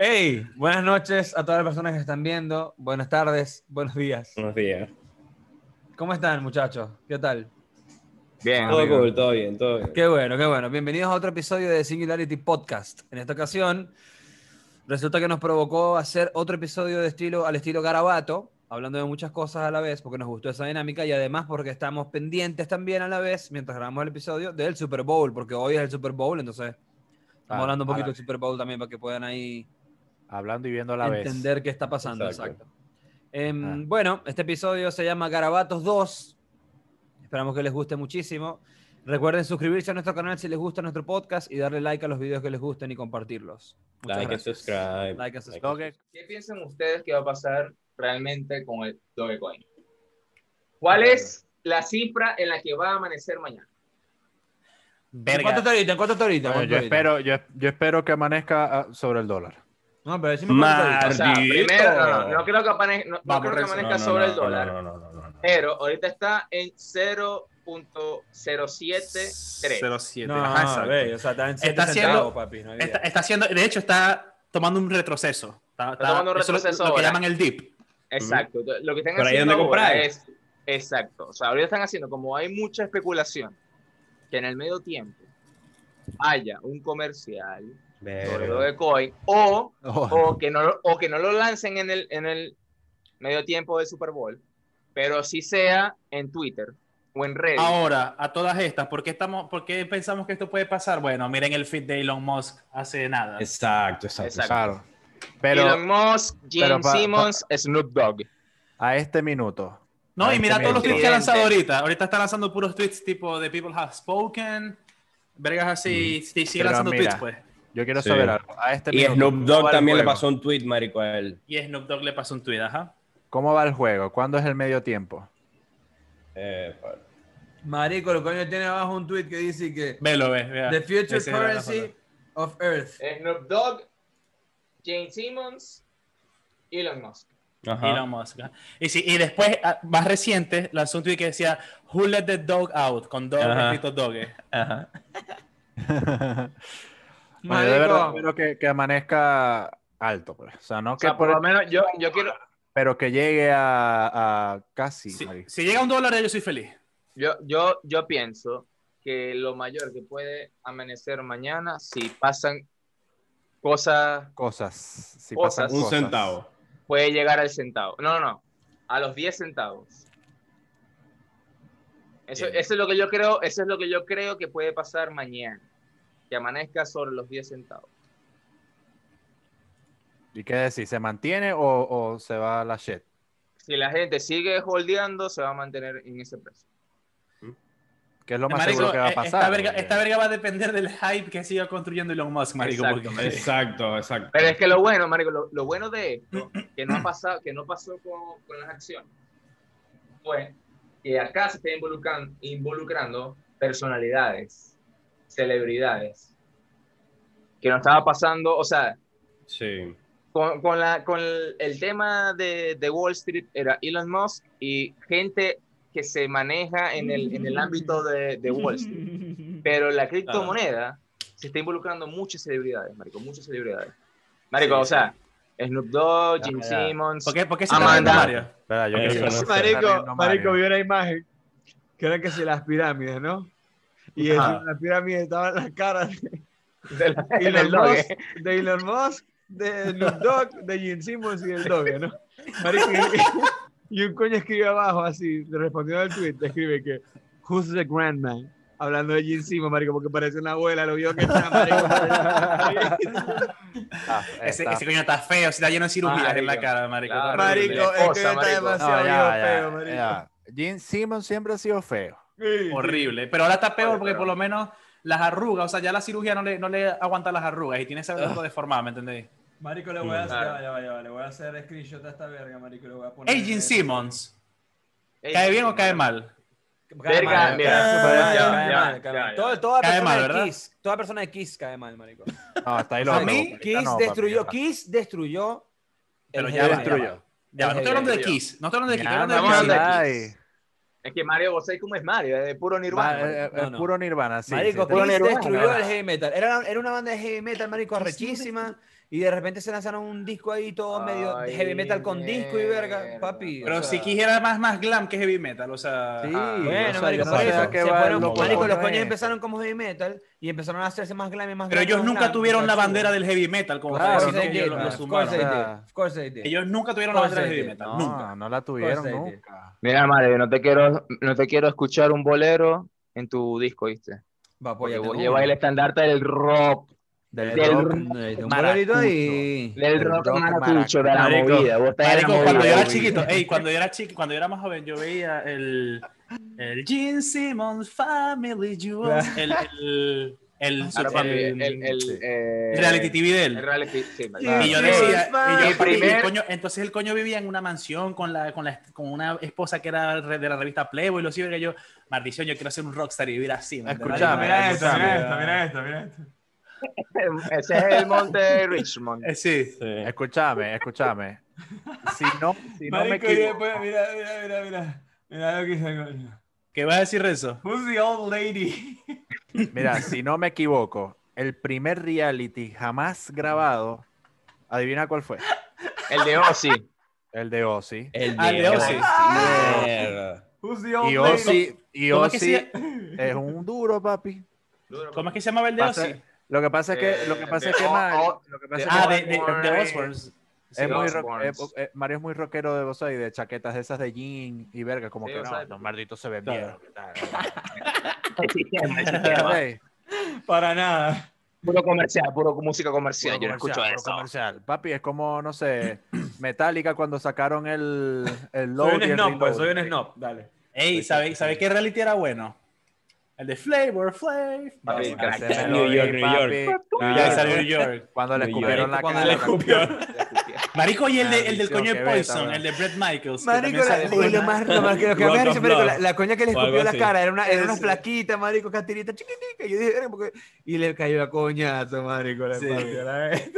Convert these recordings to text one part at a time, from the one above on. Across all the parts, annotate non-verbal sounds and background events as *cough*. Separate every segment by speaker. Speaker 1: Hey, buenas noches a todas las personas que están viendo. Buenas tardes, buenos días.
Speaker 2: Buenos días.
Speaker 1: ¿Cómo están, muchachos? ¿Qué tal?
Speaker 3: Bien,
Speaker 2: Todo
Speaker 3: amigo.
Speaker 2: cool, todo bien, todo bien.
Speaker 1: Qué bueno, qué bueno. Bienvenidos a otro episodio de Singularity Podcast. En esta ocasión, resulta que nos provocó hacer otro episodio de estilo, al estilo Garabato, hablando de muchas cosas a la vez, porque nos gustó esa dinámica y además porque estamos pendientes también a la vez, mientras grabamos el episodio, del Super Bowl, porque hoy es el Super Bowl, entonces estamos
Speaker 3: Ah,
Speaker 1: hablando un
Speaker 3: a la
Speaker 1: poquito del
Speaker 3: vez.
Speaker 1: Super Bowl también para que puedan ahí
Speaker 3: Hablando y viendo a la vez.
Speaker 1: entender qué está pasando. Exacto.
Speaker 2: Exacto.
Speaker 1: Em,
Speaker 3: Ah.
Speaker 1: Bueno, este episodio se llama Garabatos 2. Esperamos que les guste muchísimo. Recuerden suscribirse a nuestro canal si les gusta nuestro podcast y darle like a los videos que les gusten y compartirlos. Muchas
Speaker 2: Like and
Speaker 1: gracias.
Speaker 2: subscribe.
Speaker 1: Like and subscribe.
Speaker 3: Creo que
Speaker 4: ¿Qué piensan ustedes que va a pasar realmente con el Dogecoin? ¿Cuál es la cifra en la que va a amanecer mañana?
Speaker 1: ¿En cuánto está
Speaker 3: Verga.
Speaker 1: ahorita? ¿En cuánto está ahorita? ¿En
Speaker 3: Bueno,
Speaker 1: cuánto está
Speaker 3: yo,
Speaker 1: ahorita?
Speaker 3: espero, yo, yo espero que amanezca ah, sobre el dólar.
Speaker 1: No, pero decime cuánto está ahorita.
Speaker 4: O sea,
Speaker 2: Ardito.
Speaker 4: primero, no, no, no creo que amanezca, no, no
Speaker 1: Vamos,
Speaker 4: creo que
Speaker 1: Renzo,
Speaker 2: No,
Speaker 4: amanezca
Speaker 2: no,
Speaker 4: sobre
Speaker 2: no,
Speaker 4: el dólar, Eh,
Speaker 2: No, no, no, no, no.
Speaker 4: pero ahorita está en
Speaker 5: este?
Speaker 4: 0.073.
Speaker 5: 07.
Speaker 1: No,
Speaker 5: Ajá, exacto.
Speaker 1: ve, o sea, está en 7
Speaker 5: Está haciendo-
Speaker 1: centavos, papi. no hay
Speaker 5: está, eh,
Speaker 1: idea.
Speaker 5: está haciendo, de hecho, está tomando un retroceso. Está, está-
Speaker 4: tomando un
Speaker 5: eso es lo-
Speaker 4: retroceso
Speaker 5: lo, que
Speaker 4: ahora.
Speaker 5: llaman el dip.
Speaker 4: Exacto. Lo que están
Speaker 2: Por ahí
Speaker 4: haciendo
Speaker 2: donde
Speaker 4: ahora
Speaker 2: comprar.
Speaker 4: es. Exacto. O sea, ahorita están haciendo, como hay mucha especulación, que en el medio tiempo haya un comercial sobre el
Speaker 2: Verga.
Speaker 4: Dogecoin o
Speaker 3: Oh,
Speaker 4: o que no, lo- o que no lo lancen en el, en el medio tiempo del Super Bowl, pero sí sea en Twitter o en redes.
Speaker 3: Ah,
Speaker 5: Ahora, a todas estas, ¿por qué, estamos, ¿por qué pensamos que esto puede pasar? Bueno, miren el feed de Elon Musk hace nada.
Speaker 2: Exacto, exacto.
Speaker 4: Exacto.
Speaker 3: claro. Pero
Speaker 4: Elon Musk,
Speaker 3: pero
Speaker 4: Jim
Speaker 3: pa- pa-
Speaker 4: Simmons, Snoop Dogg.
Speaker 3: a este minuto.
Speaker 5: No, y mira todos los tweets que ha lanzado
Speaker 4: Evidente.
Speaker 5: ahorita. Ahorita está lanzando puros tweets tipo The People Have Spoken. Vergas así, sí, sigue
Speaker 3: Pero
Speaker 5: lanzando
Speaker 3: mira.
Speaker 5: tweets, pues.
Speaker 3: Yo quiero
Speaker 2: Sí.
Speaker 3: saber algo. A este
Speaker 2: Y
Speaker 3: minuto,
Speaker 2: Snoop
Speaker 3: ¿cómo va
Speaker 2: Dogg
Speaker 3: el
Speaker 2: también le
Speaker 3: juego?
Speaker 2: pasó un tweet, marico, a él.
Speaker 5: Y Snoop Dogg le pasó un tweet, ajá.
Speaker 3: ¿Cómo va el juego? ¿Cuándo es el medio tiempo?
Speaker 2: Eh, pa-
Speaker 1: Marico, lo coño tiene abajo un tweet que dice que
Speaker 5: Velo, ve. vea.
Speaker 1: The future
Speaker 5: Ese era la
Speaker 1: currency
Speaker 5: foto.
Speaker 1: of Earth.
Speaker 4: Snoop Dogg, Jim Simmons, Elon Musk.
Speaker 2: Ajá.
Speaker 5: Elon Musk. ajá. Y, sí, y después, a- más reciente, lanzó un tweet que decía Who let the dog out? Con dog
Speaker 2: Ajá.
Speaker 5: escrito doge.
Speaker 2: Ajá.
Speaker 3: Bueno, yo de verdad
Speaker 1: Marico.
Speaker 3: espero que, que amanezca alto. pues. O sea, no
Speaker 4: O
Speaker 3: que
Speaker 4: sea,
Speaker 3: por
Speaker 4: por lo
Speaker 3: el-
Speaker 4: menos yo, yo quiero,
Speaker 3: pero que llegue a, a casi.
Speaker 5: Si,
Speaker 3: marico.
Speaker 5: si llega un dólar, ya yo soy feliz.
Speaker 4: yo, yo, yo pienso que lo mayor que puede amanecer mañana, si pasan cosas,
Speaker 3: Cosas. Si
Speaker 4: Cosas.
Speaker 3: pasan
Speaker 2: Un
Speaker 3: cosas.
Speaker 2: centavo.
Speaker 4: puede llegar al centavo. No, no, no, a los 10 centavos. Eso,
Speaker 2: Bien.
Speaker 4: eso es lo que yo creo, eso es lo que yo creo que puede pasar mañana. Que amanezca sobre los 10 centavos.
Speaker 3: ¿Y qué decir? ¿Se mantiene o, o se va a la shit?
Speaker 4: Si la gente sigue holdeando, se va a mantener en ese precio.
Speaker 3: ¿Qué es lo más
Speaker 5: Marico,
Speaker 3: seguro que va a
Speaker 5: eh,
Speaker 3: pasar?
Speaker 5: Esta verga,
Speaker 3: Porque-
Speaker 5: esta verga va a depender del hype que siga construyendo Elon Musk, marico. *laughs*
Speaker 4: Exacto.
Speaker 5: porque-
Speaker 2: Exacto, exacto.
Speaker 4: Pero es que lo bueno, Marico, lo, lo bueno de esto, que no ha pasado, que no pasó con, con las acciones, fue que acá se están involucrando, involucrando personalidades, celebridades. Que no estaba pasando, o sea,
Speaker 2: Sí.
Speaker 4: con, con la, con el, el tema de, de Wall Street era Elon Musk y gente que se maneja en el, en el ámbito de, de Wall Street.
Speaker 5: *laughs*
Speaker 4: Pero la criptomoneda se está involucrando muchas celebridades, Marico, muchas celebridades. Marico,
Speaker 5: Sí,
Speaker 4: o sea, Snoop Dogg, Jim
Speaker 3: Ya, ya.
Speaker 4: Simmons.
Speaker 5: ¿Por qué, por qué se
Speaker 4: Amanda.
Speaker 5: está viendo Mario?
Speaker 3: Espera, yo
Speaker 2: Ahí
Speaker 3: creo
Speaker 2: se
Speaker 3: que
Speaker 2: conoce.
Speaker 3: se está riendo Mario.
Speaker 1: vio una imagen que era que si las pirámides, ¿no? Y en
Speaker 4: Ajá.
Speaker 1: las pirámides estaban las caras de
Speaker 4: de la-
Speaker 1: Elon
Speaker 4: del Dogg,
Speaker 1: Musk,
Speaker 4: eh.
Speaker 1: de Elon Musk, de Snoop Dogg, de Jim Simmons y del Doge, ¿no? Marico, y, y un coño escribe abajo así, respondiendo al tweet, escribe que Who's the grand man? Hablando de Jim Simmons, marico, porque parece una abuela, lo vio que *laughs* está, marico.
Speaker 3: Ah,
Speaker 5: Ese,
Speaker 3: está-
Speaker 5: ese coño está feo, se está lleno de cirugía
Speaker 4: Marico.
Speaker 5: en la cara, marico.
Speaker 4: Claro.
Speaker 5: Está horrible.
Speaker 1: Marico, es que
Speaker 4: Cosa,
Speaker 1: está
Speaker 4: marico.
Speaker 3: No,
Speaker 1: demasiado
Speaker 3: ya,
Speaker 1: viejo,
Speaker 3: ya,
Speaker 1: feo, marico.
Speaker 3: ya. Gene Simmons siempre ha sido feo.
Speaker 1: Sí.
Speaker 5: Horrible. Pero ahora está peor
Speaker 4: Oye,
Speaker 5: porque
Speaker 4: pero-
Speaker 5: por lo menos las arrugas, o sea, ya la cirugía no le, no le aguanta las arrugas y tiene ese brazo deformado, ¿me entendéis?
Speaker 1: Marico, le voy a hacer,
Speaker 4: Claro.
Speaker 1: ya va, ya va, ya va, le voy a hacer screenshot a esta verga, marico, le voy a poner.
Speaker 5: Hey, Gene Simmons,
Speaker 4: Ey,
Speaker 5: ¿cae bien o cae mal?
Speaker 1: Cae
Speaker 4: Verga,
Speaker 1: mal,
Speaker 4: mira,
Speaker 1: cae
Speaker 4: super-
Speaker 1: mal, cae
Speaker 4: ya, ya,
Speaker 1: mal, cae
Speaker 4: ya,
Speaker 1: mal.
Speaker 4: ya.
Speaker 1: Todo- Toda
Speaker 5: Cae
Speaker 1: persona
Speaker 5: mal,
Speaker 1: de
Speaker 5: ¿verdad?
Speaker 1: Kiss, toda persona de Kiss cae mal, marico.
Speaker 3: No, está ahí
Speaker 5: O
Speaker 3: lo
Speaker 5: sea,
Speaker 1: A
Speaker 5: no,
Speaker 1: mí,
Speaker 5: ahorita
Speaker 1: Kiss destruyó, Kiss destruyó.
Speaker 5: Pero
Speaker 1: el
Speaker 5: ya
Speaker 1: heavy.
Speaker 5: va, destruyó. Ya,
Speaker 1: Ya,
Speaker 5: no estoy
Speaker 1: ya,
Speaker 5: hablando de
Speaker 4: ya.
Speaker 5: Kiss, no estoy hablando de Kiss, estoy
Speaker 3: Ya,
Speaker 5: hablando de
Speaker 4: vamos a
Speaker 5: Gene
Speaker 4: hablar
Speaker 5: Simmons.
Speaker 4: de
Speaker 3: ay.
Speaker 4: Es que Mario, vos sabés cómo es Mario, es de puro Nirvana.
Speaker 3: Ma- eh,
Speaker 4: marico.
Speaker 3: eh,
Speaker 1: No, no.
Speaker 3: Puro Nirvana, sí.
Speaker 1: marico,
Speaker 3: sí,
Speaker 1: Kiss
Speaker 3: sí.
Speaker 1: destruyó el heavy metal. Era, era una banda de heavy metal, marico, arrechísima. y de repente se lanzaron un disco ahí todo medio
Speaker 4: Ay,
Speaker 1: heavy metal con disco y verga,
Speaker 4: mierda.
Speaker 1: papi.
Speaker 5: Pero
Speaker 1: o sea,
Speaker 5: si quisiera más, más glam que heavy metal, o sea.
Speaker 1: Sí,
Speaker 3: Ah,
Speaker 1: bueno,
Speaker 3: o sea,
Speaker 1: marico,
Speaker 3: yo
Speaker 1: por
Speaker 3: sé
Speaker 1: eso
Speaker 3: a qué
Speaker 1: se
Speaker 3: va
Speaker 1: fueron-
Speaker 3: lo
Speaker 1: marico,
Speaker 3: loco
Speaker 1: los
Speaker 3: de
Speaker 1: coños
Speaker 3: esto.
Speaker 1: empezaron como heavy metal y empezaron a hacerse más glam y más
Speaker 5: Pero
Speaker 1: glam,
Speaker 5: ellos
Speaker 1: más
Speaker 5: nunca
Speaker 1: glam,
Speaker 5: tuvieron la
Speaker 1: entonces,
Speaker 5: bandera del heavy metal, como
Speaker 1: Of
Speaker 3: Claro,
Speaker 5: para
Speaker 1: course
Speaker 5: decir
Speaker 1: they
Speaker 5: que ellos
Speaker 1: did,
Speaker 5: lo-
Speaker 1: man,
Speaker 5: lo
Speaker 1: of course they
Speaker 5: sumaron.
Speaker 1: did,
Speaker 3: Ah.
Speaker 1: of course they did.
Speaker 5: Ellos nunca tuvieron la bandera del heavy
Speaker 1: Of course
Speaker 5: metal,
Speaker 3: No,
Speaker 5: nunca.
Speaker 3: no la tuvieron
Speaker 1: Pues, eh,
Speaker 3: nunca.
Speaker 4: Mira, Mario, no te quiero, no te quiero escuchar un bolero en tu disco, ¿viste?
Speaker 1: Va, pues,
Speaker 4: Porque
Speaker 1: ya
Speaker 4: vos
Speaker 1: tengo
Speaker 4: llevas el
Speaker 1: uno.
Speaker 4: estandarte del rock,
Speaker 3: Del,
Speaker 4: del
Speaker 3: rock.
Speaker 4: rock
Speaker 1: Ahí tengo un
Speaker 4: maracucho.
Speaker 1: bolito ahí.
Speaker 4: del
Speaker 3: Del
Speaker 4: rock
Speaker 3: rock
Speaker 4: maracucho, de la
Speaker 5: Marico,
Speaker 4: movida. Vos estás en la
Speaker 5: Marico, cuando yo
Speaker 4: movida,
Speaker 5: era
Speaker 4: güey.
Speaker 5: chiquito, ey, cuando yo era chiqui- cuando yo era más joven, yo veía el, el Gene Simmons Family Jewels, el, el, el,
Speaker 4: Ahora, papi,
Speaker 5: el-
Speaker 4: el, el,
Speaker 5: el
Speaker 4: eh,
Speaker 5: reality TV de él.
Speaker 4: el reality, sí,
Speaker 1: TV.
Speaker 5: Y yo
Speaker 1: Claro.
Speaker 5: decía, y yo,
Speaker 4: El
Speaker 5: papi, el
Speaker 4: primer-
Speaker 5: coño- entonces el coño vivía en una mansión con, la, con, la, con una esposa que era re- de la revista Playboy, lo que yo, maldición, yo quiero ser un rockstar y vivir así. ¿me entiendes?
Speaker 3: Escuchame,
Speaker 6: Mira esto, mira
Speaker 5: Escuchame.
Speaker 6: esto, mira esto, mira esto.
Speaker 4: *laughs* Ese es el monte de Richmond.
Speaker 5: Eh, Sí,
Speaker 2: Sí.
Speaker 3: Escúchame, escúchame. Si no, si no me
Speaker 6: Marico, y
Speaker 3: equivoco.
Speaker 6: después, mira, mira, mira, mira. Mira lo que hice, coño.
Speaker 5: ¿qué vas a decir eso?
Speaker 6: Who's the old lady?
Speaker 3: Mira, si no me equivoco, el primer reality jamás grabado, adivina cuál fue.
Speaker 4: El de Ozzy.
Speaker 3: El de Ozzy.
Speaker 2: El
Speaker 5: Ah, el de Ozzy.
Speaker 2: Mierda.
Speaker 6: Who's the old
Speaker 3: Y
Speaker 6: lady?
Speaker 3: Ozzy, y
Speaker 5: ¿Cómo es que
Speaker 3: Ozzy es un duro, papi.
Speaker 5: ¿Cómo es que se llamaba el de
Speaker 3: Pasa-
Speaker 5: Ozzy?
Speaker 3: Lo que pasa es que, lo
Speaker 4: Eh,
Speaker 3: que pasa
Speaker 4: de
Speaker 3: es que
Speaker 4: O-
Speaker 3: Mario,
Speaker 4: O-
Speaker 3: lo que pasa
Speaker 4: de
Speaker 3: es que
Speaker 5: Ah,
Speaker 3: Mario
Speaker 5: de, de, de Osbourns.
Speaker 3: es muy
Speaker 4: Osbournes.
Speaker 3: rock- eh, eh, Mario es muy rockero de vos y de chaquetas de esas de jean y verga, como
Speaker 4: Sí,
Speaker 3: que
Speaker 4: o
Speaker 3: no,
Speaker 4: sea,
Speaker 3: los malditos se ven
Speaker 5: claro.
Speaker 3: bien. tal.
Speaker 4: Puro
Speaker 3: Ey,
Speaker 6: Para nada.
Speaker 4: comercial, puro música comercial.
Speaker 3: puro
Speaker 4: Yo no escucho
Speaker 3: comercial, puro
Speaker 4: eso.
Speaker 3: comercial. Papi, es como, no
Speaker 4: *clears throat*
Speaker 3: sé, Metallica cuando sacaron el, el
Speaker 6: Soy
Speaker 3: load
Speaker 6: un
Speaker 3: y el
Speaker 6: snob, pues,
Speaker 3: reload.
Speaker 6: soy un snob. Dale.
Speaker 5: Ey, ¿sabéis sabe qué reality era bueno? El de Flavor Flav.
Speaker 4: Papi,
Speaker 5: No,
Speaker 4: crack.
Speaker 3: Haceme
Speaker 2: New
Speaker 3: lo
Speaker 2: York,
Speaker 3: ahí,
Speaker 2: New
Speaker 3: papi.
Speaker 5: no,
Speaker 3: Claro.
Speaker 5: ya salió New York.
Speaker 3: Cuando le
Speaker 2: New
Speaker 3: escupieron
Speaker 2: York.
Speaker 3: la
Speaker 1: Cuando *laughs*
Speaker 3: cara.
Speaker 1: le escupió.
Speaker 5: Marico, y el, de, el del
Speaker 3: Maldición,
Speaker 5: coño de
Speaker 3: qué beta,
Speaker 5: Poison,
Speaker 3: bro.
Speaker 5: el de Brett Michaels.
Speaker 1: Marico,
Speaker 5: que también
Speaker 1: la,
Speaker 5: sale-
Speaker 1: y lo más, lo más- lo que
Speaker 2: Rock
Speaker 1: me
Speaker 2: of
Speaker 1: dice, marico,
Speaker 2: Love.
Speaker 1: la, la coña que le
Speaker 2: O
Speaker 1: escupió
Speaker 2: algo
Speaker 1: la
Speaker 2: así.
Speaker 1: cara era una, era una
Speaker 5: Ese.
Speaker 1: flaquita, marico, castirita chiquitica. Yo dije, "Verga, ¿por qué?". y le cayó la coñazo, marico. La
Speaker 5: Sí.
Speaker 1: parte, la vez.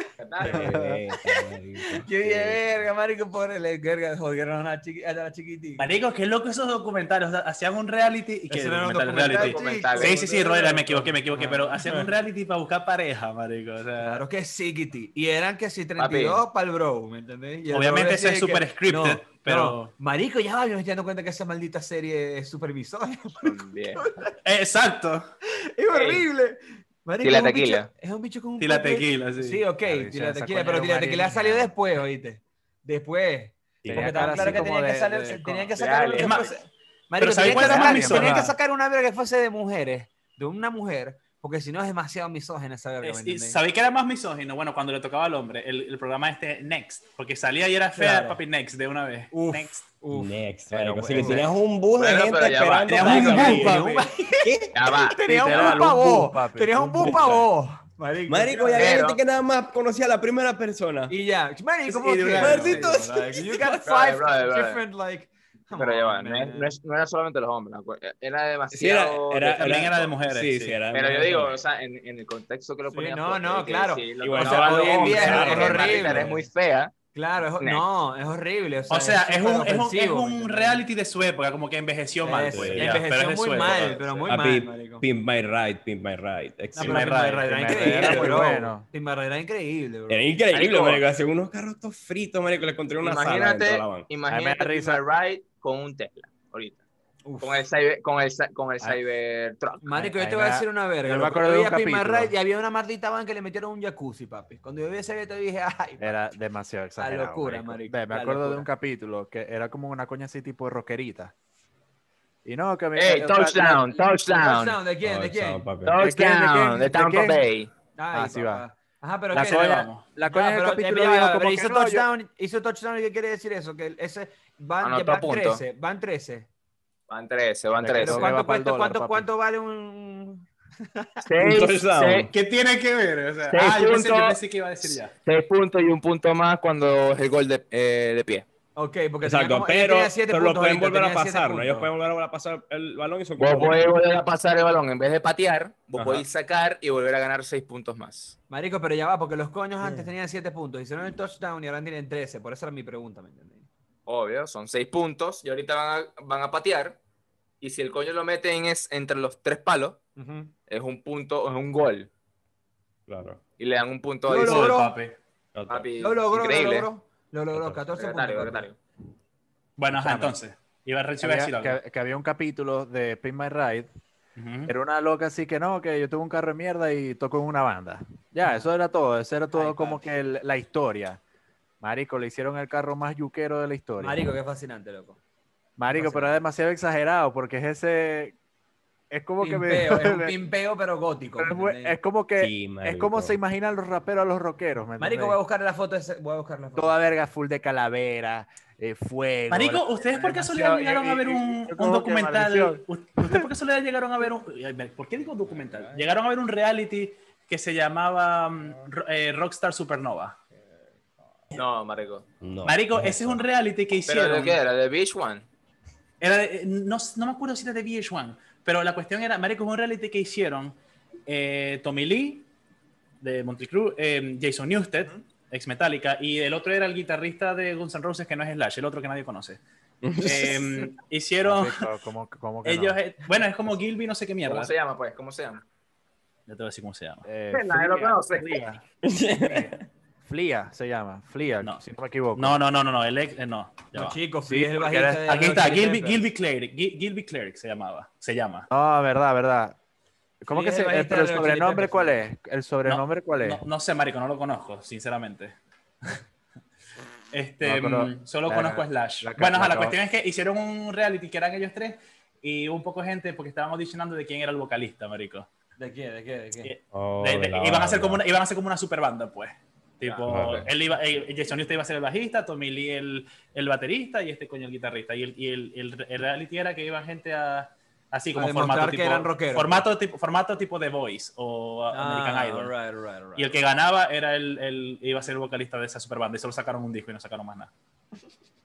Speaker 1: Yo dije, verga, marico, pobre, le verga, jodieron a la, chiqui, a la chiquitica.
Speaker 5: Marico, qué loco esos documentales. o sea, hacían un reality y que
Speaker 6: Ese era un
Speaker 5: documental,
Speaker 6: documental,
Speaker 5: reality.
Speaker 4: chico.
Speaker 5: Sí, sí, sí, Roder, me equivoqué, me
Speaker 3: Ah.
Speaker 5: equivoqué,
Speaker 1: Ajá.
Speaker 5: pero hacían un reality para buscar pareja, marico. O sea,
Speaker 1: Claro que sí, Kitty. Y eran que si 32 para el bro, ¿me entendés? Y el
Speaker 5: Obviamente
Speaker 1: bro
Speaker 5: eso es
Speaker 1: decía que,
Speaker 5: super scripted, pero-
Speaker 1: Marico, ya va, yo me estoy dando cuenta que esa maldita serie es supervisora.
Speaker 4: *laughs* Bien.
Speaker 5: eh, exacto.
Speaker 1: *laughs* es horrible. Marico,
Speaker 4: Tila
Speaker 1: es un
Speaker 4: Tequila.
Speaker 1: bicho- es un bicho con un...
Speaker 5: Y la
Speaker 1: papel-
Speaker 5: tequila, sí.
Speaker 1: Sí, ok,
Speaker 3: Claro, y
Speaker 1: Tila
Speaker 3: esa
Speaker 1: Tequila,
Speaker 3: coña
Speaker 1: pero
Speaker 3: era
Speaker 1: Tila
Speaker 3: una
Speaker 1: Tequila salió
Speaker 3: harina.
Speaker 1: después, oíste. Después. *laughs* Porque
Speaker 3: Tenía
Speaker 1: estaba
Speaker 3: cara
Speaker 1: claro
Speaker 3: así
Speaker 1: que
Speaker 3: como
Speaker 1: tenían que
Speaker 3: de-
Speaker 1: salir,
Speaker 3: de-
Speaker 1: tenían que
Speaker 4: de
Speaker 1: sacar
Speaker 4: alien.
Speaker 1: una
Speaker 5: Es más,
Speaker 1: cosa- Marico,
Speaker 5: ¿sabes
Speaker 1: tenían que,
Speaker 5: cuál era
Speaker 1: sacar,
Speaker 5: más
Speaker 1: tenían que
Speaker 5: bizarra?
Speaker 1: sacar una verga que fuese de mujeres, de una mujer, porque si no es demasiado misógena esa verga, ¿me
Speaker 5: Es- y
Speaker 1: entendés?
Speaker 5: ¿Sabéis que era más misógino? Bueno, cuando le tocaba al hombre, el, el programa este Next, porque salía y era fea,
Speaker 1: Claro.
Speaker 5: papi Next de una vez.
Speaker 1: Uf.
Speaker 5: Next.
Speaker 1: Uf.
Speaker 2: Next,
Speaker 3: Pero
Speaker 2: marico. Si le
Speaker 3: bueno.
Speaker 2: tenías un bus de
Speaker 4: Bueno,
Speaker 2: gente
Speaker 4: pero ya va.
Speaker 2: esperando.
Speaker 5: Tenías
Speaker 2: para
Speaker 5: un
Speaker 2: que
Speaker 5: boom,
Speaker 2: abrir.
Speaker 5: papi.
Speaker 4: Ya va.
Speaker 1: Tenías
Speaker 3: Literal,
Speaker 1: un
Speaker 3: un
Speaker 1: bus pa' vos,
Speaker 3: bus, papi,
Speaker 1: tenías un
Speaker 3: un
Speaker 1: bus
Speaker 3: bus.
Speaker 1: pa' vos.
Speaker 6: Marico.
Speaker 2: Marico, ya había
Speaker 4: Pero-
Speaker 2: gente que nada más conocía a la primera persona.
Speaker 1: Y ya, marico, ¿cómo
Speaker 2: Y de
Speaker 1: que?
Speaker 2: una vez, sí.
Speaker 1: Maldito,
Speaker 6: Marico,
Speaker 1: you
Speaker 6: you
Speaker 1: got
Speaker 6: got-
Speaker 1: five
Speaker 4: brother, brother.
Speaker 1: different, like... come
Speaker 4: Pero ya va.
Speaker 1: on,
Speaker 4: No, es-
Speaker 1: man.
Speaker 4: no es- no era solamente los hombres. ¿no? Era
Speaker 2: Sí, era,
Speaker 4: demasiado.
Speaker 2: era,
Speaker 5: También era de mujeres,
Speaker 2: Sí,
Speaker 5: sí.
Speaker 2: sí, era de
Speaker 4: Pero yo
Speaker 2: mujeres.
Speaker 4: digo, o sea, en, en el contexto que lo
Speaker 1: Sí,
Speaker 4: ponía.
Speaker 1: no, no, claro.
Speaker 2: Y bueno,
Speaker 4: o sea, hoy en día
Speaker 2: claro,
Speaker 4: es,
Speaker 2: es
Speaker 4: horrible.
Speaker 1: horrible.
Speaker 4: Es muy fea.
Speaker 1: Claro, es-
Speaker 4: Nah.
Speaker 1: no, es horrible. O sea,
Speaker 5: O sea, es un, es, un, es
Speaker 1: superofensivo, ¿me
Speaker 5: un
Speaker 1: entendés?
Speaker 5: reality de su época, como que envejeció mal.
Speaker 1: Es-
Speaker 5: pues, ya,
Speaker 1: Envejeció
Speaker 5: pero es de su
Speaker 1: muy
Speaker 5: época.
Speaker 1: mal, pero muy
Speaker 2: Ah,
Speaker 1: mal,
Speaker 2: pi-
Speaker 1: marico.
Speaker 2: Pimp My Ride, Pimp My Ride.
Speaker 1: No,
Speaker 2: Excelente.
Speaker 1: pero
Speaker 5: Tim
Speaker 1: Tim
Speaker 5: Barrera
Speaker 1: Barrera
Speaker 3: Tim
Speaker 1: increíble,
Speaker 3: Barrera,
Speaker 1: bro.
Speaker 3: bueno.
Speaker 1: Tim Barrera increíble, bro.
Speaker 2: Era increíble,
Speaker 3: Marico.
Speaker 2: marico. Hacía unos carros todos fritos, marico. Le encontré una sala dentro de
Speaker 4: Imagínate,
Speaker 2: la banca.
Speaker 4: imagínate
Speaker 3: da risa.
Speaker 4: Pizza Ride con un Tesla ahorita.
Speaker 1: Uf.
Speaker 4: Con el, cyber, con el, cy- con el
Speaker 3: Ay.
Speaker 4: Cybertruck.
Speaker 1: Marico, yo
Speaker 3: Ahí
Speaker 1: te voy a
Speaker 3: me-
Speaker 1: decir una verga.
Speaker 3: yo me
Speaker 1: loco.
Speaker 3: acuerdo de
Speaker 1: Yo
Speaker 3: un
Speaker 1: vi a Pim
Speaker 3: capítulo.
Speaker 1: Barrera y había una maldita van que le metieron un jacuzzi, papi. Cuando yo vi esa yo dije, ay,
Speaker 3: Era demasiado exagerado.
Speaker 1: locura, marico,
Speaker 3: Ve, me
Speaker 1: la
Speaker 3: acuerdo
Speaker 1: locura.
Speaker 3: de un capítulo que era como una coña así tipo rockerita. Y no, que me.
Speaker 4: ¡Ey,
Speaker 3: o sea,
Speaker 4: touchdown! ¡Touchdown!
Speaker 1: touchdown, ¿de quién? ¿De
Speaker 2: Ay, chao,
Speaker 1: quién?
Speaker 2: papi.
Speaker 4: ¡Touchdown!
Speaker 3: ¿De
Speaker 4: ¡De
Speaker 3: quién? ¿De
Speaker 4: Tampa
Speaker 3: quién?
Speaker 1: Ay,
Speaker 4: Bay!
Speaker 3: Ah, sí va.
Speaker 1: papá. Ajá, pero
Speaker 3: La,
Speaker 1: ¿qué?
Speaker 3: la coña,
Speaker 5: vamos.
Speaker 3: la coña
Speaker 1: Ah,
Speaker 3: del
Speaker 1: pero,
Speaker 3: capítulo
Speaker 1: ya va,
Speaker 3: dijo
Speaker 1: pero
Speaker 3: como
Speaker 1: hizo
Speaker 3: que no, yo-
Speaker 1: touchdown, hizo touchdown, ¿y ¿qué quiere decir eso? Que ese van,
Speaker 4: Anotó
Speaker 1: van
Speaker 4: punto.
Speaker 1: 13, van 13.
Speaker 4: Van 13, van
Speaker 3: Pero
Speaker 1: Pero
Speaker 4: 13.
Speaker 3: Creo que
Speaker 1: ¿cuánto,
Speaker 3: va pa'l
Speaker 1: cuesta-
Speaker 3: dólar,
Speaker 1: cuánto-
Speaker 3: papi.
Speaker 1: cuánto vale un
Speaker 2: Un
Speaker 4: Seis,
Speaker 2: touchdown.
Speaker 4: seis-
Speaker 5: ¿Qué tiene que ver? O sea,
Speaker 4: Seis
Speaker 5: ah, yo pensé, yo
Speaker 4: puntos.
Speaker 5: pensé que iba a decir ya.
Speaker 4: seis puntos y un punto más cuando es el gol de, eh, de pie.
Speaker 1: Ok, porque tenía
Speaker 2: Exacto,
Speaker 1: como- él
Speaker 2: pero,
Speaker 1: tenía siete
Speaker 2: pero lo
Speaker 1: puntos
Speaker 2: pueden
Speaker 1: ahorita,
Speaker 2: volver a
Speaker 1: tenía siete
Speaker 2: pasar, ¿no? Ellos
Speaker 1: puntos.
Speaker 2: pueden volver a pasar el balón y son
Speaker 4: Vos
Speaker 2: como-
Speaker 4: podés volver a pasar el balón en vez de patear, vos
Speaker 2: Ajá.
Speaker 4: podés sacar y volver a ganar seis puntos más.
Speaker 1: Marico, pero ya va, porque los coños antes tenían 7 puntos, hicieron el touchdown y ahora tienen 13, por eso era mi pregunta, ¿me entendés?
Speaker 4: Obvio, son seis puntos y ahorita van a, van a patear. Y si el coño lo meten es entre los tres palos, es un punto, es un gol.
Speaker 2: Claro.
Speaker 4: Y le dan un punto
Speaker 1: Yo lo-
Speaker 4: adicional.
Speaker 1: logró.
Speaker 5: Joder, papi.
Speaker 4: Papi,
Speaker 1: Lo logró,
Speaker 4: increíble. ¿eh?
Speaker 1: lo logró. Lo logró, 14 puntos.
Speaker 4: Regatari, regatari.
Speaker 5: Bueno, ajá,
Speaker 3: Chama.
Speaker 5: entonces. Iba a
Speaker 3: Que
Speaker 5: recibir
Speaker 3: había, que- que había un capítulo de Pin My Ride. Era una loca así que no, que yo tuve un carro de mierda y tocó en una banda. Ya, eso era todo. Eso era todo
Speaker 5: Ay,
Speaker 3: como
Speaker 5: papi.
Speaker 3: que el- la historia. Marico, le hicieron el carro más yuquero de la historia.
Speaker 1: Marico, qué fascinante, loco.
Speaker 3: Marico, pero es demasiado exagerado porque es ese. Es como que me-
Speaker 1: Pimpeo, es un
Speaker 3: *laughs* me-
Speaker 1: pimpeo, pero gótico.
Speaker 3: pero es
Speaker 1: ¿me
Speaker 3: muy-
Speaker 1: entendés?
Speaker 3: es como que.
Speaker 2: Sí,
Speaker 3: es
Speaker 2: marico.
Speaker 3: como se imaginan los raperos a los rockeros. ¿me
Speaker 1: Marico, voy a
Speaker 3: entendés?
Speaker 1: buscar la foto. de ese- Voy a buscar la foto.
Speaker 3: Toda verga full de calavera, eh, fuego.
Speaker 5: Marico,
Speaker 3: la-
Speaker 5: ¿ustedes por
Speaker 3: demasiado-
Speaker 5: casualidad llegaron a ver
Speaker 3: eh, eh,
Speaker 5: un,
Speaker 3: yo
Speaker 5: un
Speaker 3: como que
Speaker 5: documental?
Speaker 3: maldición.
Speaker 5: ¿Ustedes por casualidad llegaron a ver un... ay, ver, ¿Por qué digo documental? Llegaron a ver un reality que se llamaba mm, Ro- eh, Rockstar Supernova.
Speaker 4: No, marico.
Speaker 2: No, *laughs*
Speaker 5: Marico,
Speaker 2: ¿qué es
Speaker 5: ese es
Speaker 2: eso?
Speaker 5: un reality que
Speaker 4: ¿Pero
Speaker 5: hicieron.
Speaker 4: de qué era? ¿De Beach One?
Speaker 5: Era de- eh, no, no me acuerdo si era de VH1, pero la cuestión era, marico, es un reality que hicieron eh, Tommy Lee de Monticruz, Jason Newsted, ex Metallica, y el otro era el guitarrista de Guns N' Roses que no es Slash, el otro que nadie conoce. Eh, hicieron
Speaker 3: Marico, ¿cómo- cómo que no?
Speaker 5: ellos, eh, bueno, es como Gilby, no sé qué mierda.
Speaker 4: ¿Cómo se llama, pues? ¿Cómo se llama?
Speaker 5: Ya te voy a decir cómo se llama.
Speaker 3: Eh,
Speaker 4: Nadie lo
Speaker 3: Flia,
Speaker 4: conoce.
Speaker 3: Flia. Flia se llama, Flia,
Speaker 5: No.
Speaker 3: si no me equivoco.
Speaker 5: No, no, no, no, no, el ex, eh, no. ya
Speaker 1: No,
Speaker 5: va.
Speaker 1: chico,
Speaker 3: Sí,
Speaker 1: sí, es el
Speaker 3: porque
Speaker 1: bajista
Speaker 3: era-
Speaker 1: de
Speaker 5: Aquí
Speaker 1: los
Speaker 5: está,
Speaker 1: Chili
Speaker 5: Gilby,
Speaker 1: Peppers.
Speaker 5: Gilby Cleric, Gil- Gilby Cleric se llamaba, se llama.
Speaker 3: No, Ah, verdad, verdad. ¿Cómo
Speaker 1: Sí,
Speaker 3: que
Speaker 1: es
Speaker 3: se,
Speaker 1: el
Speaker 3: eh,
Speaker 1: bajista
Speaker 3: pero el
Speaker 1: de los Chili
Speaker 3: sobrenombre
Speaker 1: Peppers,
Speaker 3: cuál
Speaker 1: ¿no?
Speaker 3: es? ¿El sobrenombre cuál es?
Speaker 5: No, no sé, marico, no lo conozco, sinceramente. *laughs* Este,
Speaker 3: No, pero-
Speaker 5: mm, solo
Speaker 3: la-
Speaker 5: conozco a Slash.
Speaker 3: la- la-
Speaker 5: bueno, ajá, la,
Speaker 3: la-
Speaker 5: cuestión es que hicieron un reality que eran ellos tres y un poco de gente porque estaban audicionando de quién era el vocalista, marico.
Speaker 1: ¿De qué? ¿De qué? ¿De qué?
Speaker 2: Oh,
Speaker 5: De- de-
Speaker 2: la
Speaker 5: iban, a hacer como
Speaker 2: banda.
Speaker 5: una, iban a hacer como una super banda, pues. Tipo,
Speaker 2: Ah, vale.
Speaker 5: él iba, eh, Jason Newsted iba a ser el bajista, Tommy Lee el, el baterista y este coño el guitarrista. Y el, y el, el- el reality era que iba gente a. Así como
Speaker 1: demostrar
Speaker 5: formato
Speaker 1: que
Speaker 5: tipo,
Speaker 1: eran rockeros.
Speaker 5: formato, tipo, formato tipo The Voice o uh,
Speaker 1: Ah,
Speaker 5: American Idol.
Speaker 1: alright, alright, alright.
Speaker 5: Y el que ganaba era el, el- iba a ser el vocalista de esa superbanda. Y solo sacaron un disco y no sacaron más nada.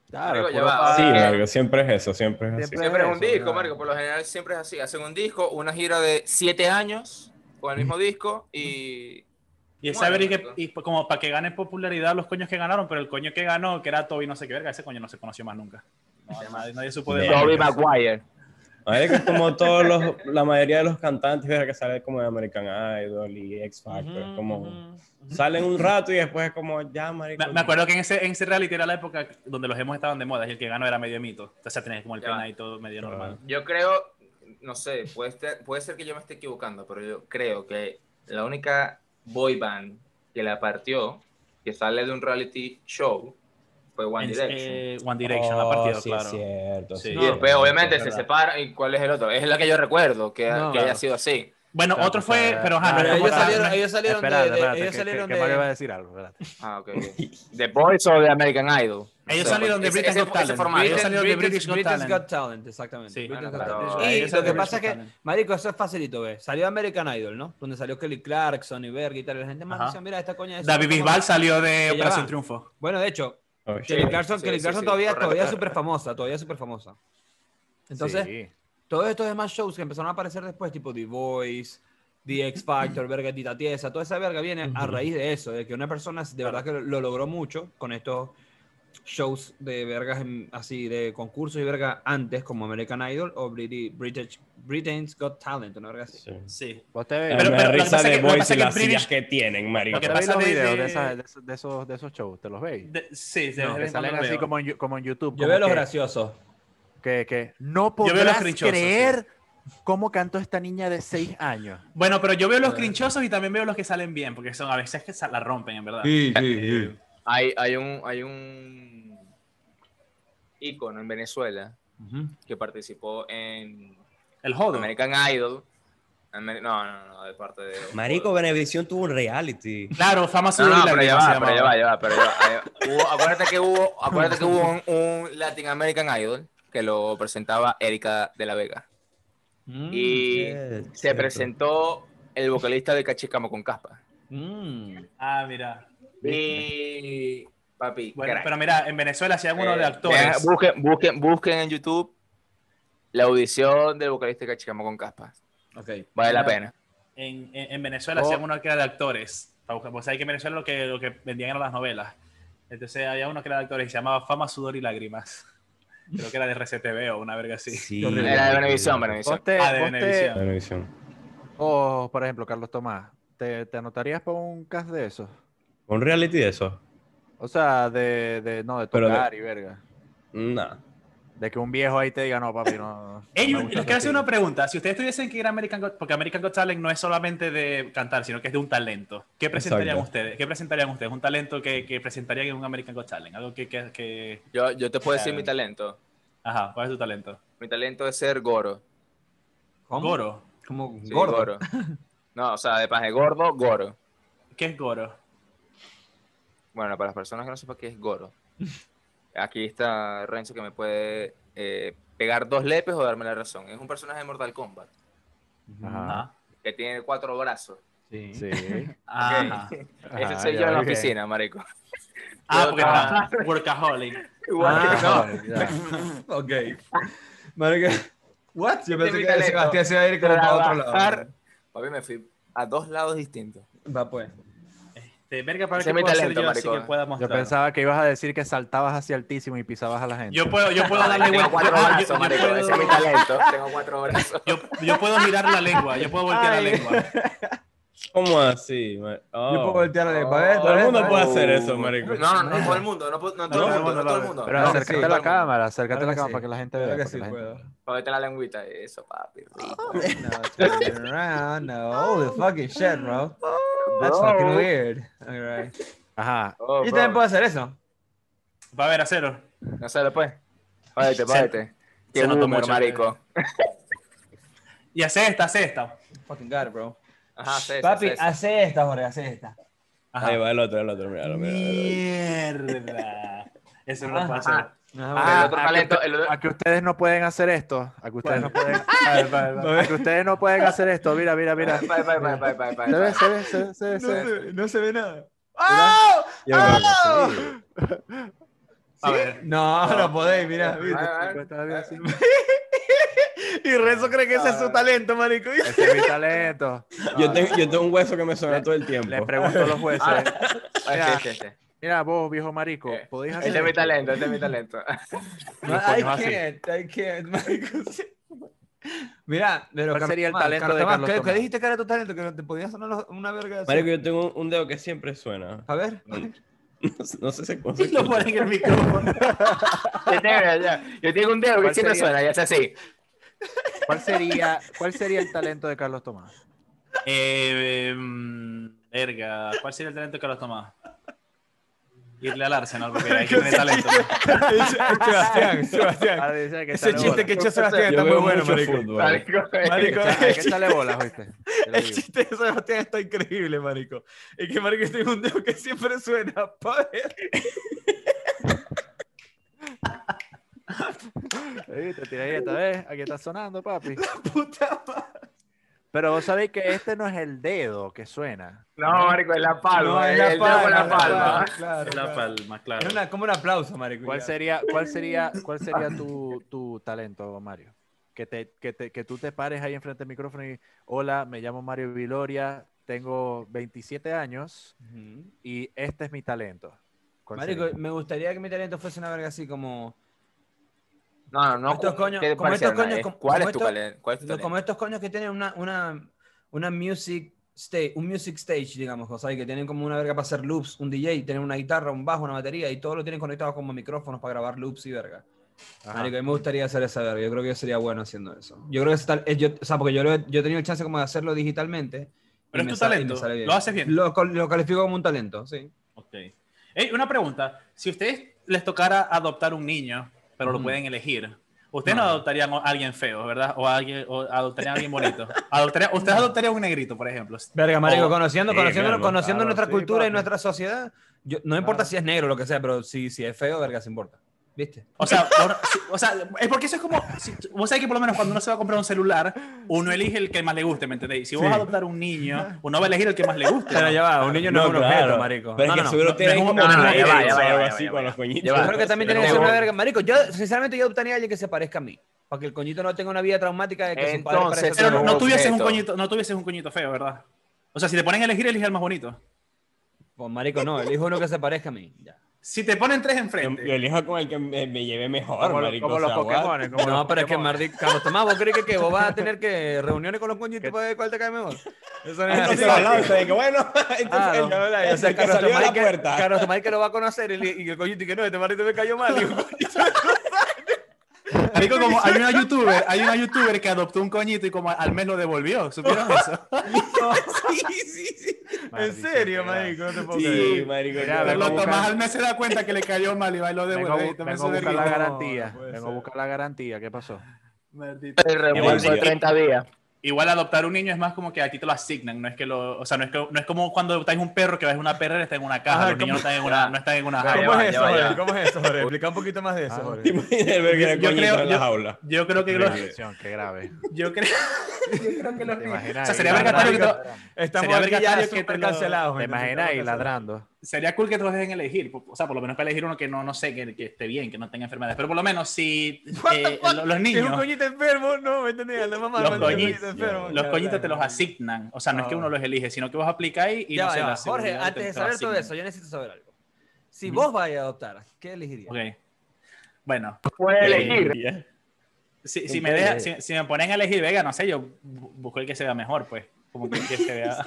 Speaker 3: Claro,
Speaker 4: Marico, ya
Speaker 3: puro
Speaker 4: va.
Speaker 3: pa-
Speaker 2: Sí,
Speaker 4: Ah,
Speaker 2: marico, siempre es eso, siempre es así.
Speaker 3: Siempre-
Speaker 4: Siempre es un
Speaker 3: Eso,
Speaker 4: disco,
Speaker 3: claro.
Speaker 4: Marico. Por lo general siempre es así. Hacen un disco, una gira de siete años con el mismo disco y.
Speaker 5: Y esa
Speaker 4: Bueno,
Speaker 5: verga que-
Speaker 4: marico.
Speaker 5: y fue como para que gane popularidad los coños que ganaron, pero el coño que ganó, que era Toby no sé qué verga, ese coño no se conoció más nunca. No, nadie, nadie supo de él.
Speaker 2: Toby
Speaker 4: Maguire.
Speaker 2: Marico, es como todos los, la mayoría de los cantantes ¿verdad? que salen como de American Idol y X Factor, es como salen un rato y después es como ya, marico.
Speaker 5: Me, me acuerdo que en ese, en ese reality era la época donde los hemos estaban de moda y el que ganó era medio mito. O sea, tenías como el
Speaker 4: Ya.
Speaker 5: penadito medio
Speaker 2: Claro.
Speaker 5: normal.
Speaker 4: Yo creo, no sé, puede, ser- puede ser que yo me esté equivocando, pero yo creo que la única boy band que la partió, que sale de un reality show, fue One
Speaker 5: En-
Speaker 4: Direction.
Speaker 5: eh, One Direction, la
Speaker 2: Oh,
Speaker 5: partida,
Speaker 2: sí,
Speaker 5: claro.
Speaker 2: Es cierto,
Speaker 5: Sí.
Speaker 2: sí,
Speaker 4: y
Speaker 5: no,
Speaker 4: después,
Speaker 2: es
Speaker 4: obviamente,
Speaker 2: cierto.
Speaker 4: se separan. ¿Y cuál es el otro? Es la que yo recuerdo que,
Speaker 3: No,
Speaker 4: que haya
Speaker 3: claro.
Speaker 4: sido así.
Speaker 5: Bueno,
Speaker 3: Claro,
Speaker 5: otro
Speaker 3: o
Speaker 5: fue,
Speaker 3: sea,
Speaker 5: pero ajá,
Speaker 3: claro,
Speaker 5: no es
Speaker 1: Pero
Speaker 5: como
Speaker 1: ellos
Speaker 5: tal, no
Speaker 1: salieron,
Speaker 5: es-
Speaker 1: ellos salieron de-
Speaker 3: Espérate,
Speaker 1: de-
Speaker 3: espérate,
Speaker 1: ellos
Speaker 3: que-
Speaker 1: salieron
Speaker 3: que, que Mario va a
Speaker 1: de...
Speaker 3: decir algo, espérate.
Speaker 4: Ah, ok.
Speaker 5: *laughs*
Speaker 4: ¿De Boys o de American Idol?
Speaker 5: Ellos
Speaker 4: O sea,
Speaker 5: salieron de
Speaker 4: ese-
Speaker 5: British
Speaker 4: ese-
Speaker 5: Got
Speaker 4: ese
Speaker 5: Talent.
Speaker 4: formato.
Speaker 5: Ellos salieron de British Got
Speaker 1: Britain's
Speaker 5: Talent.
Speaker 1: Got Talent, exactamente.
Speaker 5: Sí.
Speaker 1: Britain's
Speaker 4: Ah,
Speaker 1: Got
Speaker 4: no,
Speaker 1: Talent.
Speaker 4: pero-
Speaker 1: Y
Speaker 5: ellos
Speaker 1: lo que
Speaker 5: salieron
Speaker 1: pasa es
Speaker 5: de
Speaker 1: que,
Speaker 5: Britain's
Speaker 1: marico, eso es facilito, ve. Salió American Idol, ¿no? Donde salió Kelly Clarkson y Berg y tal. La gente más
Speaker 5: Ajá.
Speaker 1: decía, mira, esta coña es...
Speaker 5: David Bisbal salió de
Speaker 1: ya
Speaker 5: Operación
Speaker 1: va.
Speaker 5: Triunfo.
Speaker 1: Bueno, de hecho,
Speaker 2: Oh,
Speaker 1: Kelly
Speaker 2: shit.
Speaker 1: Clarkson,
Speaker 4: sí,
Speaker 1: Kelly
Speaker 4: sí,
Speaker 1: Clarkson
Speaker 4: sí,
Speaker 1: todavía,
Speaker 4: correcto.
Speaker 1: todavía es súper famosa, todavía es súper famosa. Entonces,
Speaker 3: Sí.
Speaker 1: todos estos demás shows que empezaron a aparecer después, tipo The Voice, The X Factor, verga Tita Tiesa, toda esa verga viene a raíz de eso, de que una persona de verdad que lo, lo logró mucho con estos shows de vergas en- así, de concursos y verga antes, como American Idol o Briti- British, Britain's Got Talent, una verga así.
Speaker 2: Sí.
Speaker 5: Sí.
Speaker 3: Vos te
Speaker 2: Pero,
Speaker 3: ves.
Speaker 5: Pero-
Speaker 2: me
Speaker 5: pero
Speaker 2: da
Speaker 5: lo que
Speaker 2: risa
Speaker 5: pasa es
Speaker 2: de
Speaker 5: que- lo que
Speaker 2: Boys
Speaker 5: pasa
Speaker 2: y
Speaker 5: es que
Speaker 2: las sillas
Speaker 5: British-
Speaker 2: que tienen, marico.
Speaker 5: Lo que
Speaker 3: ¿Te
Speaker 5: pasa
Speaker 3: veis los
Speaker 5: de-
Speaker 3: videos
Speaker 5: de-
Speaker 3: de, esas- de esos- de esos, de esos shows? ¿Te los veis?
Speaker 5: De- sí, de
Speaker 3: No,
Speaker 5: vez
Speaker 3: que
Speaker 5: en cuando
Speaker 3: salen
Speaker 5: lo
Speaker 3: así
Speaker 5: veo.
Speaker 3: como en, Yu- como en YouTube.
Speaker 1: Yo
Speaker 3: como
Speaker 1: veo los
Speaker 3: que-
Speaker 1: graciosos.
Speaker 3: que, que no
Speaker 5: Yo veo los
Speaker 3: podrás
Speaker 5: crinchosos,
Speaker 3: creer cómo cantó esta niña de 6 años.
Speaker 5: Bueno, pero yo veo
Speaker 4: Ah.
Speaker 5: los crinchosos y también veo los que salen bien, porque son a veces que sa- la rompen, en verdad.
Speaker 6: Sí, sí, sí.
Speaker 4: Hay, hay un hay un ícono en Venezuela que participó en
Speaker 5: El jodo.
Speaker 4: American Idol. Amer- no, no, no, de parte de.
Speaker 2: Marico, Benevisión tuvo un reality.
Speaker 5: Claro, fama
Speaker 4: No,
Speaker 5: sube
Speaker 4: no,
Speaker 5: y la
Speaker 4: pero ya
Speaker 5: Vida se
Speaker 4: va, pero ya
Speaker 5: llamaba.
Speaker 4: va, ya va, pero ya va. Ahí va. Hubo- acuérdate que hubo, acuérdate que hubo un, un Latin American Idol que lo presentaba Erika de la Vega.
Speaker 5: Mm,
Speaker 4: Y se presentó el vocalista de Cachicamo con Caspa.
Speaker 5: Ah, mira.
Speaker 4: Y papi,
Speaker 5: Bueno,
Speaker 4: crack.
Speaker 5: pero mira, en Venezuela hacían uno de
Speaker 4: Eh, vean,
Speaker 5: actores.
Speaker 4: busquen, busquen, busquen en YouTube la audición del vocalista que Chicamo con Caspa.
Speaker 1: Ok.
Speaker 4: Vale la
Speaker 5: Ya.
Speaker 4: pena.
Speaker 5: En, en- en Venezuela
Speaker 3: Oh.
Speaker 5: hacían uno que era de actores. Para buscar- Porque sabes que en Venezuela lo que, lo que vendían eran las novelas. Entonces había uno que era de actores y se llamaba Fama, Sudor y Lágrimas. Creo que era de RCTV o una verga así.
Speaker 2: Sí.
Speaker 4: Era de Benevisión, Benevisión.
Speaker 3: Vos te-
Speaker 5: Ah, de
Speaker 3: vos te-
Speaker 5: Venevisión.
Speaker 2: Benevisión.
Speaker 3: o, por ejemplo, Carlos Tomás, ¿te, te anotarías para un cast de esos?
Speaker 2: Un reality de eso.
Speaker 3: O sea, de, de- no, de
Speaker 2: Pero de-
Speaker 3: tocar y verga.
Speaker 2: Nah.
Speaker 3: De que un viejo ahí te diga, no, papi, no. no
Speaker 5: Ey,
Speaker 3: Ah, me gusta
Speaker 5: les
Speaker 3: ese
Speaker 5: quiero hacer
Speaker 3: estilo".
Speaker 5: una pregunta. Si ustedes tuviesen que ir a American Got porque American Got Talent no es solamente de cantar, sino que es de un talento. ¿Qué presentarían
Speaker 2: Exacto.
Speaker 5: ustedes? ¿Qué presentarían ustedes? ¿Un talento que, que presentarían en un American Got Talent? Algo que, que, que-
Speaker 4: Yo, yo te puedo decir
Speaker 5: Claro.
Speaker 4: mi talento.
Speaker 5: Ajá, ¿cuál es tu talento?
Speaker 4: Mi talento es ser goro.
Speaker 1: ¿Cómo?
Speaker 5: Goro.
Speaker 1: Como
Speaker 4: Sí,
Speaker 1: gordo.
Speaker 4: goro. No, o sea, de paje gordo, goro.
Speaker 5: ¿Qué es Goro?
Speaker 4: Bueno, para las personas que no sepan qué es goro. Aquí está Renzo que me puede eh, pegar dos lepes o darme la razón. Es un personaje de Mortal Kombat
Speaker 3: Ajá.
Speaker 5: Ajá.
Speaker 4: que tiene cuatro brazos.
Speaker 6: Sí.
Speaker 5: *laughs*
Speaker 3: Sí.
Speaker 4: *laughs*
Speaker 5: Ajá.
Speaker 4: Ese
Speaker 3: Ajá,
Speaker 4: soy
Speaker 3: ya,
Speaker 4: yo en la
Speaker 3: muy bien.
Speaker 4: oficina, marico.
Speaker 5: Ah,
Speaker 4: Yo
Speaker 5: porque
Speaker 4: trabajo.
Speaker 5: está workaholic.
Speaker 4: Igual
Speaker 5: *laughs*
Speaker 4: que-
Speaker 1: Ah,
Speaker 4: *laughs* no,
Speaker 3: Ya.
Speaker 1: Ok. Marica. What? Yo pensé
Speaker 4: mi
Speaker 1: que
Speaker 4: talento.
Speaker 1: Sebastián se iba a ir como para otro lado.
Speaker 4: trabajar. Papi, me fui a dos lados distintos.
Speaker 1: Va pues.
Speaker 5: Este, verga, para ver
Speaker 4: Ese
Speaker 5: qué
Speaker 4: es mi
Speaker 5: puedo hacer
Speaker 4: talento,
Speaker 5: yo así
Speaker 4: maricón.
Speaker 5: que pueda
Speaker 3: Yo
Speaker 5: mostrar.
Speaker 3: pensaba que ibas a decir que saltabas hacia altísimo y pisabas a la gente.
Speaker 5: Yo puedo, yo puedo
Speaker 4: *laughs*
Speaker 5: darle
Speaker 4: Tengo
Speaker 5: vuelta.
Speaker 4: cuatro
Speaker 5: yo- yo-
Speaker 4: brazos,
Speaker 5: yo
Speaker 4: marico.
Speaker 5: puedo-
Speaker 4: Ese es mi
Speaker 5: *laughs*
Speaker 4: talento. Tengo cuatro brazos.
Speaker 5: yo, yo puedo girar la lengua, yo puedo voltear la
Speaker 3: Ay.
Speaker 5: lengua.
Speaker 2: ¿Cómo así? ma-
Speaker 1: Yo puedo
Speaker 2: Oh.
Speaker 1: voltear a la para ver.
Speaker 2: Todo el
Speaker 1: para ver,
Speaker 2: mundo
Speaker 1: para
Speaker 2: puede
Speaker 1: ver.
Speaker 2: hacer eso, ¿eh? marico.
Speaker 4: No, no, no todo el mundo, no, po- no todo el mundo, no todo el mundo.
Speaker 3: Pero
Speaker 1: No,
Speaker 4: No,
Speaker 1: sí,
Speaker 3: acércate a
Speaker 4: todo
Speaker 3: la
Speaker 4: el mundo.
Speaker 3: cámara, acércate
Speaker 1: Claro
Speaker 3: a la
Speaker 1: que
Speaker 3: cámara
Speaker 1: sí.
Speaker 3: para que la gente vea.
Speaker 1: Claro que
Speaker 3: para
Speaker 1: sí
Speaker 3: la gente-
Speaker 1: puedo.
Speaker 4: Ponete la lengüita, eso, papi.
Speaker 1: No, turn around. No, all the fucking shit, bro. That's fucking weird. All right.
Speaker 3: Ajá.
Speaker 4: Oh,
Speaker 1: Yo
Speaker 4: bro.
Speaker 1: también puedo hacer eso.
Speaker 5: Va a ver, acero.
Speaker 4: No sé, pues. Págate, págate. Qué
Speaker 5: se notó
Speaker 4: boomer,
Speaker 5: mucho.
Speaker 4: marico.
Speaker 5: Y hace esta, hace esta.
Speaker 1: Fucking God, bro.
Speaker 4: Ajá, sí, sí,
Speaker 1: Papi,
Speaker 4: sí, sí.
Speaker 1: hace esta, Jorge, hace esta.
Speaker 5: Ajá.
Speaker 2: Ahí va el otro, el otro, míralo, míralo.
Speaker 5: Mierda. Eso no lo puedo hacer.
Speaker 1: Ajá.
Speaker 4: Ah, el otro
Speaker 3: a, que
Speaker 4: talento,
Speaker 3: usted-
Speaker 4: el otro-
Speaker 3: a que ustedes no pueden hacer esto. A que ustedes no pueden.
Speaker 1: *laughs*
Speaker 3: a ver, va, va, va. A que ustedes no pueden hacer esto. Mira, mira, mira.
Speaker 4: Bye, bye, bye, bye, bye, bye,
Speaker 3: Se ve,
Speaker 4: bye.
Speaker 3: se ve, se ve, se ve, se ve.
Speaker 1: no se ve nada. ¡Ah!
Speaker 2: Yo creo que sí.
Speaker 5: A ver.
Speaker 1: No, no podéis, mira.
Speaker 3: Ah.
Speaker 4: Bye, bye.
Speaker 3: Cuenta la vida así.
Speaker 1: Y Renzo cree que ese es su talento, marico.
Speaker 3: Ese es mi talento.
Speaker 2: Yo tengo, yo tengo un hueso que me suena todo el tiempo.
Speaker 3: Les pregunto a los jueces.
Speaker 4: Ah, sí, sí, sí.
Speaker 3: Mira, vos, viejo marico,
Speaker 4: Eh,
Speaker 3: podéis hacer.
Speaker 4: Este es mi
Speaker 3: esto?"
Speaker 4: talento, este es mi talento.
Speaker 1: *laughs*
Speaker 4: *laughs*
Speaker 1: I
Speaker 3: coño, así.
Speaker 1: can't, I can't, marico. sí. Mira, pero
Speaker 3: ¿Cuál
Speaker 1: Carlos
Speaker 3: sería el
Speaker 1: Tomás,
Speaker 3: talento
Speaker 1: Carlos
Speaker 3: de
Speaker 1: Tomás,
Speaker 3: Carlos
Speaker 1: ¿qué- ¿qué,
Speaker 3: Tomás?
Speaker 1: dijiste que era tu talento? Que no te podías sonar los- una verga así.
Speaker 2: Marico, yo tengo un, un dedo que siempre suena. *laughs*
Speaker 1: A ver.
Speaker 2: No sé, no sé si
Speaker 5: Y lo ponen en ah, el micrófono.
Speaker 4: Yo tengo, ya, yo tengo un dedo que
Speaker 3: ¿Cuál
Speaker 4: siempre
Speaker 3: sería?
Speaker 4: suena, ya es así.
Speaker 3: ¿Cuál sería, ¿Cuál sería el talento de Carlos
Speaker 1: *laughs*
Speaker 3: Tomás?
Speaker 5: Eh, em, verga. ¿Cuál sería el talento que los tomás? Irle al Arsenal, porque *laughs* ahí tiene talento.
Speaker 1: *laughs* Sebastián, Sebastián.
Speaker 3: Ahora dice que
Speaker 1: Ese
Speaker 3: echale
Speaker 1: chiste
Speaker 3: bola.
Speaker 1: que
Speaker 4: Yo
Speaker 1: echó Sebastián
Speaker 2: Yo
Speaker 1: está muy
Speaker 2: veo
Speaker 1: bueno,
Speaker 2: mucho
Speaker 1: marico.
Speaker 2: fútbol.
Speaker 4: Marico, eh.
Speaker 1: Marico,
Speaker 3: O sea, Hay que
Speaker 1: el
Speaker 3: echarle bolas, ¿viste? Te lo
Speaker 1: El
Speaker 3: digo.
Speaker 1: chiste de Sebastián está increíble, marico. Es que marico tiene un dedo que siempre suena. pa' ver.
Speaker 3: Ahí, Te tiré ahí esta vez. Aquí está sonando, papi.
Speaker 1: Puta madre.
Speaker 3: Pero vos sabéis que este no es el dedo que suena.
Speaker 4: No, marico, es la palma. eh,
Speaker 1: No, es
Speaker 4: el
Speaker 1: la
Speaker 4: dedo con la
Speaker 1: palma, es la
Speaker 4: palma.
Speaker 1: palma. Claro,
Speaker 5: Es la
Speaker 1: claro.
Speaker 5: palma, claro.
Speaker 1: Es una- como un aplauso, marico.
Speaker 3: ¿Cuál
Speaker 1: ya.
Speaker 3: sería, cuál sería, cuál sería tu, tu talento, Mario? Que, te, que, te- que tú te pares ahí enfrente del micrófono y, hola, me llamo Mario Viloria, tengo 27 años
Speaker 1: Ujú.
Speaker 3: y este es mi talento. ¿Cuál
Speaker 1: Marico,
Speaker 3: sería?
Speaker 1: me gustaría que mi talento fuese una verga así como...
Speaker 4: No, no, no.
Speaker 1: Estos coños-
Speaker 4: ¿qué te
Speaker 1: como
Speaker 4: parecieron?
Speaker 1: estos coños,
Speaker 4: Eh,
Speaker 1: como-
Speaker 4: ¿Cuál
Speaker 1: como
Speaker 4: es tu
Speaker 1: estos-
Speaker 4: talento? ¿Cuál es tu
Speaker 1: Lo-
Speaker 4: talento?
Speaker 1: como estos coños que tienen una, una, una music stage, un music stage, digamos, o sea, que tienen como una verga para hacer loops, un DJ, tienen una guitarra, un bajo, una batería y todo lo tienen conectado como micrófonos para grabar loops y verga.
Speaker 4: Ah.
Speaker 3: Ajá.
Speaker 1: Marico, a mí me gustaría hacer esa verga, yo creo que yo sería bueno haciendo eso. Yo creo que es tal, es yo, o sea, porque yo, lo he- yo he tenido el chance como de hacerlo digitalmente. y
Speaker 5: Pero es
Speaker 1: me
Speaker 5: tu
Speaker 1: sa- y me
Speaker 5: talento,
Speaker 1: sale bien.
Speaker 5: lo haces bien.
Speaker 1: Lo, cal- lo califico como un talento, sí.
Speaker 5: Ok. Ey, una pregunta. Si ustedes les tocara adoptar un niño, pero lo
Speaker 1: Ujú.
Speaker 5: pueden elegir, ustedes no adoptarían a alguien feo, ¿verdad? O, a alguien, o adoptarían a alguien bonito. Adoptaría- ustedes adoptarían un negrito, por ejemplo.
Speaker 1: Verga, marico,
Speaker 5: O-
Speaker 1: conociendo,
Speaker 2: Sí,
Speaker 1: conociendo,
Speaker 2: claro,
Speaker 1: conociendo
Speaker 3: claro,
Speaker 1: nuestra
Speaker 3: sí,
Speaker 1: cultura y
Speaker 3: papi.
Speaker 1: nuestra sociedad, yo- no importa
Speaker 3: Claro.
Speaker 1: si es negro o lo que sea, pero si, si es feo, verga, se importa. ¿Viste?
Speaker 5: O sea, por- si- o sea, es porque eso es como, si- vos sabés que por lo menos cuando uno se va a comprar un celular, uno elige el que más le guste, ¿me entendéis? Si vos vas a adoptar un niño, uno va a elegir el que más le guste.
Speaker 1: Pero
Speaker 5: ¿no?
Speaker 1: ya va, un niño no, es un
Speaker 2: claro.
Speaker 1: objeto, marico.
Speaker 2: Pero
Speaker 1: No,
Speaker 2: es que
Speaker 1: no, no.
Speaker 2: seguro
Speaker 5: no,
Speaker 2: tienen
Speaker 5: no es un
Speaker 2: como
Speaker 5: objeto.
Speaker 4: Ya va, ya
Speaker 2: aliens o
Speaker 4: va, ya
Speaker 2: algo
Speaker 4: va,
Speaker 2: así
Speaker 4: ya va,
Speaker 2: con
Speaker 4: ya
Speaker 2: los
Speaker 4: va.
Speaker 2: coñitos.
Speaker 1: Yo creo que también tiene que ser
Speaker 4: Tengo-
Speaker 1: una verga. Marico, yo sinceramente yo adoptaría a alguien que se parezca a mí. Para que el coñito no tenga una vida traumática de que su padre
Speaker 4: Entonces,
Speaker 1: parezca
Speaker 5: Pero
Speaker 1: a
Speaker 5: no, no
Speaker 1: su
Speaker 4: objeto.
Speaker 5: tuvieses un coñito, no tuvieses un coñito feo, ¿verdad? O sea, si te ponen a elegir, elige el más bonito.
Speaker 1: Pues, marico, no, elijo uno que se parezca a mí. Ya.
Speaker 5: Si te ponen tres
Speaker 2: Yo, yo
Speaker 5: enfrente.
Speaker 2: elijo con el que me, me lleve mejor,
Speaker 3: Como,
Speaker 2: marico.
Speaker 3: como
Speaker 2: o
Speaker 3: los
Speaker 2: sea, what?
Speaker 3: Pokémon. como
Speaker 1: No,
Speaker 3: los
Speaker 1: pero es que
Speaker 3: Pokémon.
Speaker 1: Mardi, Carlos Tomás, ¿vos crees que, que vos vas a tener que reuniones con los coños y
Speaker 3: Que-
Speaker 1: tú puedes ver cuál te cae mejor? Eso no es
Speaker 2: Ah,
Speaker 1: así.
Speaker 2: entonces hablaba, entonces, que bueno, *laughs* entonces
Speaker 1: *laughs* Ah,
Speaker 2: el-
Speaker 1: no. O sea,
Speaker 2: el que
Speaker 1: Carlos
Speaker 2: salió a
Speaker 1: Tomás
Speaker 2: la
Speaker 1: que-
Speaker 2: puerta.
Speaker 1: Carlos Tomás que lo va a conocer y, le- y el coño te que no, este Mardi me cayó mal. *laughs* Este Digo,
Speaker 5: Marico, como hay una youtuber, hay una youtuber que adoptó un coñito y como al mes lo
Speaker 3: *laughs*
Speaker 5: devolvió. ¿Supieron eso?
Speaker 3: Maldito sea.
Speaker 6: No te puedo creer.
Speaker 2: Sí, marico.
Speaker 3: Mira,
Speaker 2: yo-
Speaker 3: vengo a
Speaker 5: Carlos
Speaker 3: buscar-
Speaker 2: *laughs*
Speaker 5: Tomás al mes se da cuenta que le cayó mal y va y lo
Speaker 3: Vengo a,
Speaker 5: devuelve.
Speaker 3: bu-
Speaker 5: y te me
Speaker 3: vengo a
Speaker 5: hace
Speaker 3: buscar la
Speaker 5: reír.
Speaker 3: garantía.
Speaker 6: No, puede
Speaker 3: vengo a
Speaker 6: ser.
Speaker 3: buscar la garantía. ¿Qué pasó?
Speaker 5: Maldito.
Speaker 4: El reembolso de
Speaker 2: Igual,
Speaker 4: 30 días.
Speaker 5: Igual adoptar un niño es más como que aquí te lo asignan, no es que lo, o sea, no es, que, no es como cuando adoptáis un perro que ves una perrera está en una caja,
Speaker 6: Ajá,
Speaker 5: los niños no
Speaker 6: ¿cómo?
Speaker 5: están en una, no están en una
Speaker 4: Ya,
Speaker 5: jaula.
Speaker 6: ¿Cómo
Speaker 4: va, ya
Speaker 6: es eso,
Speaker 4: va, ya
Speaker 6: Jorge?
Speaker 4: va.
Speaker 6: ¿Cómo es eso, Jorge? Explica un poquito más de eso,
Speaker 3: Ah,
Speaker 6: Jorge.
Speaker 2: Te imaginas el verga
Speaker 5: Yo- yo
Speaker 2: coño
Speaker 5: creo-
Speaker 2: entró en la
Speaker 5: yo-
Speaker 2: jaula.
Speaker 5: Yo creo que
Speaker 3: Qué
Speaker 5: los,
Speaker 3: decepción, qué grave.
Speaker 5: yo creo, yo creo que los
Speaker 3: ¿Te
Speaker 5: niños, o
Speaker 3: imaginas?
Speaker 5: sea,
Speaker 3: ahí
Speaker 5: sería
Speaker 6: Ladra-
Speaker 5: verga
Speaker 3: ladrando?
Speaker 5: que te lo-
Speaker 6: Estamos
Speaker 5: Sería
Speaker 6: aquí ya
Speaker 5: vergazo que
Speaker 6: súper
Speaker 5: te lo-
Speaker 6: cancelados.
Speaker 3: ¿Te
Speaker 6: gente,
Speaker 3: imaginas ahí
Speaker 6: estamos cancelados.
Speaker 3: ladrando?
Speaker 5: sería cool que todos dejen elegir, o sea, por lo menos para elegir uno que no, no sé, que, que esté bien, que no tenga enfermedades, pero por lo menos si eh, lo- los
Speaker 6: Es un
Speaker 5: niños,
Speaker 6: coñito enfermo, no, ¿me entendías? La mamá
Speaker 5: Los
Speaker 6: manda un
Speaker 5: coñitos,
Speaker 6: enfermo.
Speaker 5: los
Speaker 6: Ya,
Speaker 5: coñitos
Speaker 6: ya,
Speaker 5: te los
Speaker 6: ya.
Speaker 5: asignan, o sea, no es que
Speaker 6: Ah.
Speaker 5: uno los elige, sino que vos aplicáis y
Speaker 1: Ya
Speaker 5: no
Speaker 1: va,
Speaker 5: sé,
Speaker 1: ya
Speaker 5: la
Speaker 1: va. Jorge,
Speaker 5: seguridad te-
Speaker 1: antes de
Speaker 5: te lo
Speaker 1: saber todo
Speaker 5: asignan.
Speaker 1: eso, yo necesito saber algo. Si
Speaker 5: Ujú.
Speaker 1: vos vais a adoptar, ¿qué elegirías?
Speaker 5: Ok. Bueno,
Speaker 4: Puedes
Speaker 5: Sí.
Speaker 4: elegir.
Speaker 2: Ya.
Speaker 5: Si, si me deja- si, si me ponen a elegir vega, no sé, yo bu- busco el que se vea mejor, pues. Como que el que se vea.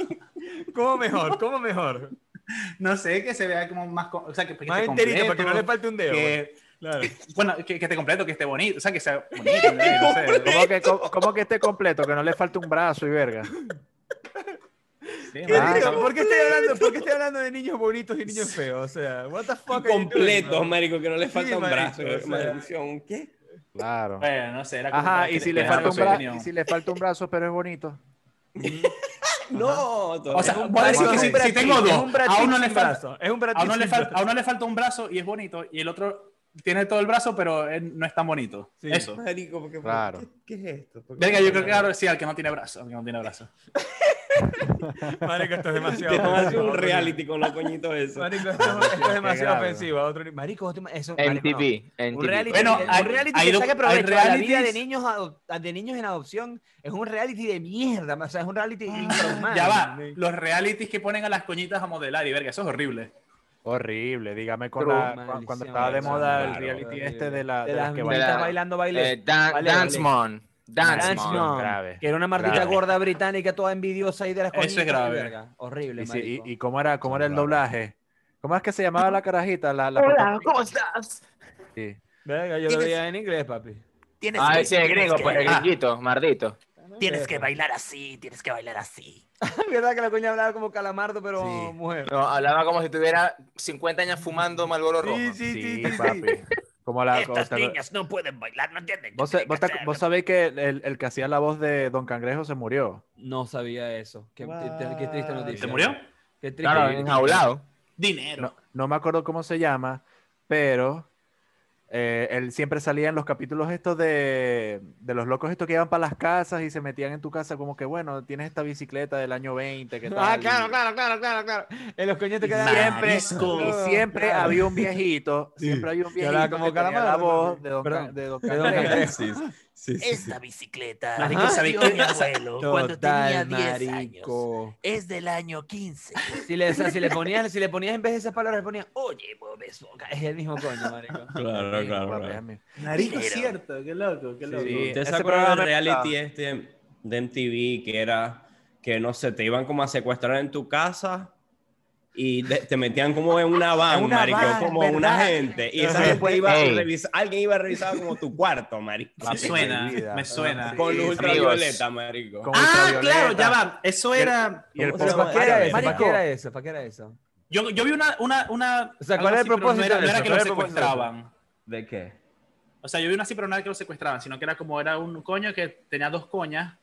Speaker 6: ¿Cómo mejor? ¿Cómo mejor?
Speaker 5: *laughs* no sé, que se vea como más. co- O sea, que, que
Speaker 6: Más
Speaker 5: esté
Speaker 6: enterito, para que
Speaker 5: completo,
Speaker 6: no le pues. falte un dedo. güey.
Speaker 5: que-
Speaker 6: Claro.
Speaker 5: Bueno, que, que esté completo, que esté bonito. O sea, que sea bonito. ¿no? No sé.
Speaker 6: *laughs*
Speaker 3: ¿Cómo que, cómo, cómo que esté completo? Que no le falte un brazo y verga.
Speaker 5: Sí,
Speaker 6: ¿Qué
Speaker 5: man.
Speaker 6: digo? ¿Por, qué estoy hablando, ¿Por qué estoy hablando de niños bonitos y niños feos? O sea, what the fuck. are you doing,
Speaker 2: Completo,
Speaker 6: bro?
Speaker 2: marico, que no le
Speaker 6: Sí,
Speaker 2: falta un
Speaker 6: marico,
Speaker 2: brazo.
Speaker 6: o sea.
Speaker 2: Maldición, ¿qué?
Speaker 3: Claro.
Speaker 5: Bueno, no sé. Era como
Speaker 3: Ajá,
Speaker 5: para
Speaker 3: y
Speaker 5: que
Speaker 3: si le
Speaker 5: dejara
Speaker 3: falta un
Speaker 5: su
Speaker 3: brazo,
Speaker 5: opinión.
Speaker 3: y si le falta un brazo, pero es bonito.
Speaker 2: No,
Speaker 5: O sea,
Speaker 2: todavía.
Speaker 5: voy a decir
Speaker 3: Marico,
Speaker 5: que si,
Speaker 3: es
Speaker 5: si tengo
Speaker 6: Es
Speaker 5: dos,
Speaker 6: un brazo
Speaker 5: a uno
Speaker 6: sin
Speaker 5: le falta.
Speaker 6: brazo, Es un brazo
Speaker 5: A uno, le
Speaker 6: sin
Speaker 5: falta,
Speaker 6: brazo.
Speaker 5: a uno le falta un brazo y es bonito, y el otro tiene todo el brazo, pero eh, no es tan bonito.
Speaker 6: Sí.
Speaker 5: Eso.
Speaker 2: *laughs* Marico, porque,
Speaker 3: Claro.
Speaker 2: ¿qué, qué es esto? ¿Por qué?
Speaker 5: Venga, yo creo
Speaker 2: *laughs*
Speaker 5: que ahora sí, al que no tiene brazo. Al que no tiene brazo.
Speaker 6: Marico, esto es demasiado.
Speaker 2: Te van a hacer
Speaker 6: *laughs* ofensivo,
Speaker 2: un
Speaker 6: otro
Speaker 2: reality con los coñitos
Speaker 6: nivel.
Speaker 2: eso.
Speaker 6: Marico, esto, es- esto es demasiado
Speaker 3: grave.
Speaker 6: ofensivo. a Otro... nivel.
Speaker 1: Marico,
Speaker 6: Marico,
Speaker 1: vos te ima- eso, marico, no.
Speaker 4: MTV.
Speaker 1: Un reality,
Speaker 5: Bueno,
Speaker 4: eh,
Speaker 1: un
Speaker 5: hay-
Speaker 1: reality
Speaker 5: hay
Speaker 1: que
Speaker 5: doc-
Speaker 1: saque
Speaker 5: hay
Speaker 1: provecho a la vida de
Speaker 5: realities-
Speaker 1: niños, ado- de niños en adopción es un reality de mierda, o sea, es un reality infrahumano.
Speaker 5: Ah. Ya va,
Speaker 6: Dios mío.
Speaker 5: los realities que ponen a las coñitas a modelar y verga, eso es horrible.
Speaker 3: Horrible. Dígame con
Speaker 4: True.
Speaker 3: la- cu-
Speaker 1: Maldición,
Speaker 3: Ah, cuando estaba de moda el
Speaker 2: claro.
Speaker 3: reality este de, la,
Speaker 1: de
Speaker 3: de las
Speaker 1: las
Speaker 3: que
Speaker 1: niñitas
Speaker 3: bailan.
Speaker 1: bailando baile.
Speaker 4: Eh, Dan-
Speaker 1: Vale, vale.
Speaker 4: Dance Mon. Dance
Speaker 1: Dance
Speaker 4: Mon.
Speaker 1: Mom,
Speaker 3: Grave,
Speaker 1: que era una mardita
Speaker 3: grave.
Speaker 1: gorda británica toda envidiosa ahí de las
Speaker 5: Eso es
Speaker 1: coñitas y
Speaker 5: grave.
Speaker 1: verga. Horrible,
Speaker 3: Y, si- y-
Speaker 1: marico.
Speaker 3: y cómo era, cómo era el doblaje. ¿Cómo es que se llamaba la carajita? La, la protagonista?
Speaker 4: ¿cómo estás?
Speaker 3: Sí.
Speaker 6: Venga, yo lo veía en inglés, papi.
Speaker 7: Tienes,
Speaker 4: Ah,
Speaker 7: que-
Speaker 4: ese es
Speaker 7: tienes
Speaker 4: gringo,
Speaker 7: que,
Speaker 4: pues, el
Speaker 7: ah,
Speaker 4: gringuito, mardito.
Speaker 7: tienes que bailar así, tienes que bailar así.
Speaker 1: Es verdad que la coña hablaba como calamardo, pero
Speaker 3: Sí.
Speaker 1: mujer.
Speaker 4: No, hablaba como si tuviera 50 años fumando Malboro Rojo.
Speaker 6: Sí, sí, sí,
Speaker 3: Sí,
Speaker 6: sí, sí.
Speaker 3: papi. Como la,
Speaker 7: Estas
Speaker 3: o sea,
Speaker 7: niñas no pueden bailar, no entienden. que
Speaker 3: ¿Vos, sa-
Speaker 7: tienen
Speaker 3: vos
Speaker 7: que
Speaker 3: te-
Speaker 7: hacer-
Speaker 3: vos sabéis que el, el- el que hacía la voz de Don Cangrejo se murió.
Speaker 1: No sabía eso. Qué,
Speaker 3: What?
Speaker 1: qué triste noticia.
Speaker 5: ¿Se murió?
Speaker 1: Qué triste.
Speaker 4: Claro, enjaulado.
Speaker 5: Dinero.
Speaker 3: No, no me acuerdo cómo se llama, pero eh, él siempre salía en los capítulos estos de, de los locos estos que iban para las casas y se metían en tu casa como que, bueno, tienes esta bicicleta del año 20, que tal?
Speaker 1: Ah,
Speaker 3: y-
Speaker 1: claro, claro, claro, claro, claro. En los coños te quedan
Speaker 3: Siempre,
Speaker 5: Marisco.
Speaker 3: y siempre
Speaker 1: Claro.
Speaker 3: había un viejito, siempre había un
Speaker 1: que hablaba
Speaker 3: viejito
Speaker 1: como
Speaker 3: que tenía la
Speaker 1: calamardo,
Speaker 3: voz
Speaker 1: ¿no?
Speaker 3: de Don, Ca-
Speaker 1: Perdón,
Speaker 3: de Don
Speaker 1: de Don
Speaker 3: Cangrejo.
Speaker 1: Cangrejo.
Speaker 2: Sí, sí, sí, sí.
Speaker 7: Esta bicicleta
Speaker 5: Marico,
Speaker 7: la
Speaker 5: ¿sabéis
Speaker 7: dio
Speaker 5: qué
Speaker 7: mi
Speaker 5: pasa?
Speaker 7: abuelo cuando tenía 10 años. Es del año 15.
Speaker 1: Si le, o sea, si le ponías, si le ponías en vez de esas palabras, le ponías, oye, Bob Esponja", es el mismo coño, marico.
Speaker 2: Claro,
Speaker 1: Sí,
Speaker 2: claro,
Speaker 3: Papi,
Speaker 2: claro.
Speaker 3: amigo.
Speaker 5: Narico,
Speaker 7: Dinero.
Speaker 5: cierto, qué loco, qué loco.
Speaker 3: Sí.
Speaker 2: ¿Ustedes se
Speaker 3: Ese
Speaker 2: acuerdan
Speaker 3: programa
Speaker 2: del reality
Speaker 3: era-
Speaker 2: este de MTV que era que no sé, te iban como a secuestrar en tu casa y de- te metían como en una van,
Speaker 3: En una
Speaker 2: marico,
Speaker 3: van,
Speaker 2: como
Speaker 3: ¿verdad?
Speaker 2: una gente. Y esa
Speaker 3: Ajá.
Speaker 2: gente iba a
Speaker 4: Ey.
Speaker 2: revisar, alguien iba a revisar como tu cuarto, marico.
Speaker 5: Me suena,
Speaker 3: vida.
Speaker 5: me suena.
Speaker 2: Con luz
Speaker 4: Sí,
Speaker 2: ultravioleta, marico.
Speaker 3: Con
Speaker 5: Ah,
Speaker 3: ultravioleta.
Speaker 5: claro, ya va. Eso era.
Speaker 3: Y el
Speaker 2: ¿Cómo se
Speaker 1: Pero
Speaker 2: llama?
Speaker 1: ¿para qué era eso?
Speaker 2: Marico.
Speaker 1: ¿Para qué era eso? ¿Para qué era eso?
Speaker 5: Yo, yo vi una, una, una.
Speaker 1: O sea,
Speaker 5: algo
Speaker 1: ¿cuál era el
Speaker 5: así, pero
Speaker 1: propósito
Speaker 5: No era,
Speaker 1: de
Speaker 5: no era
Speaker 1: eso?
Speaker 5: que
Speaker 1: ¿Cuál era
Speaker 5: lo
Speaker 1: el propósito de eso?
Speaker 5: secuestraban.
Speaker 2: ¿De qué?
Speaker 5: O sea, yo vi una así, pero no era que lo secuestraban, sino que era como era un coño que tenía dos coñas.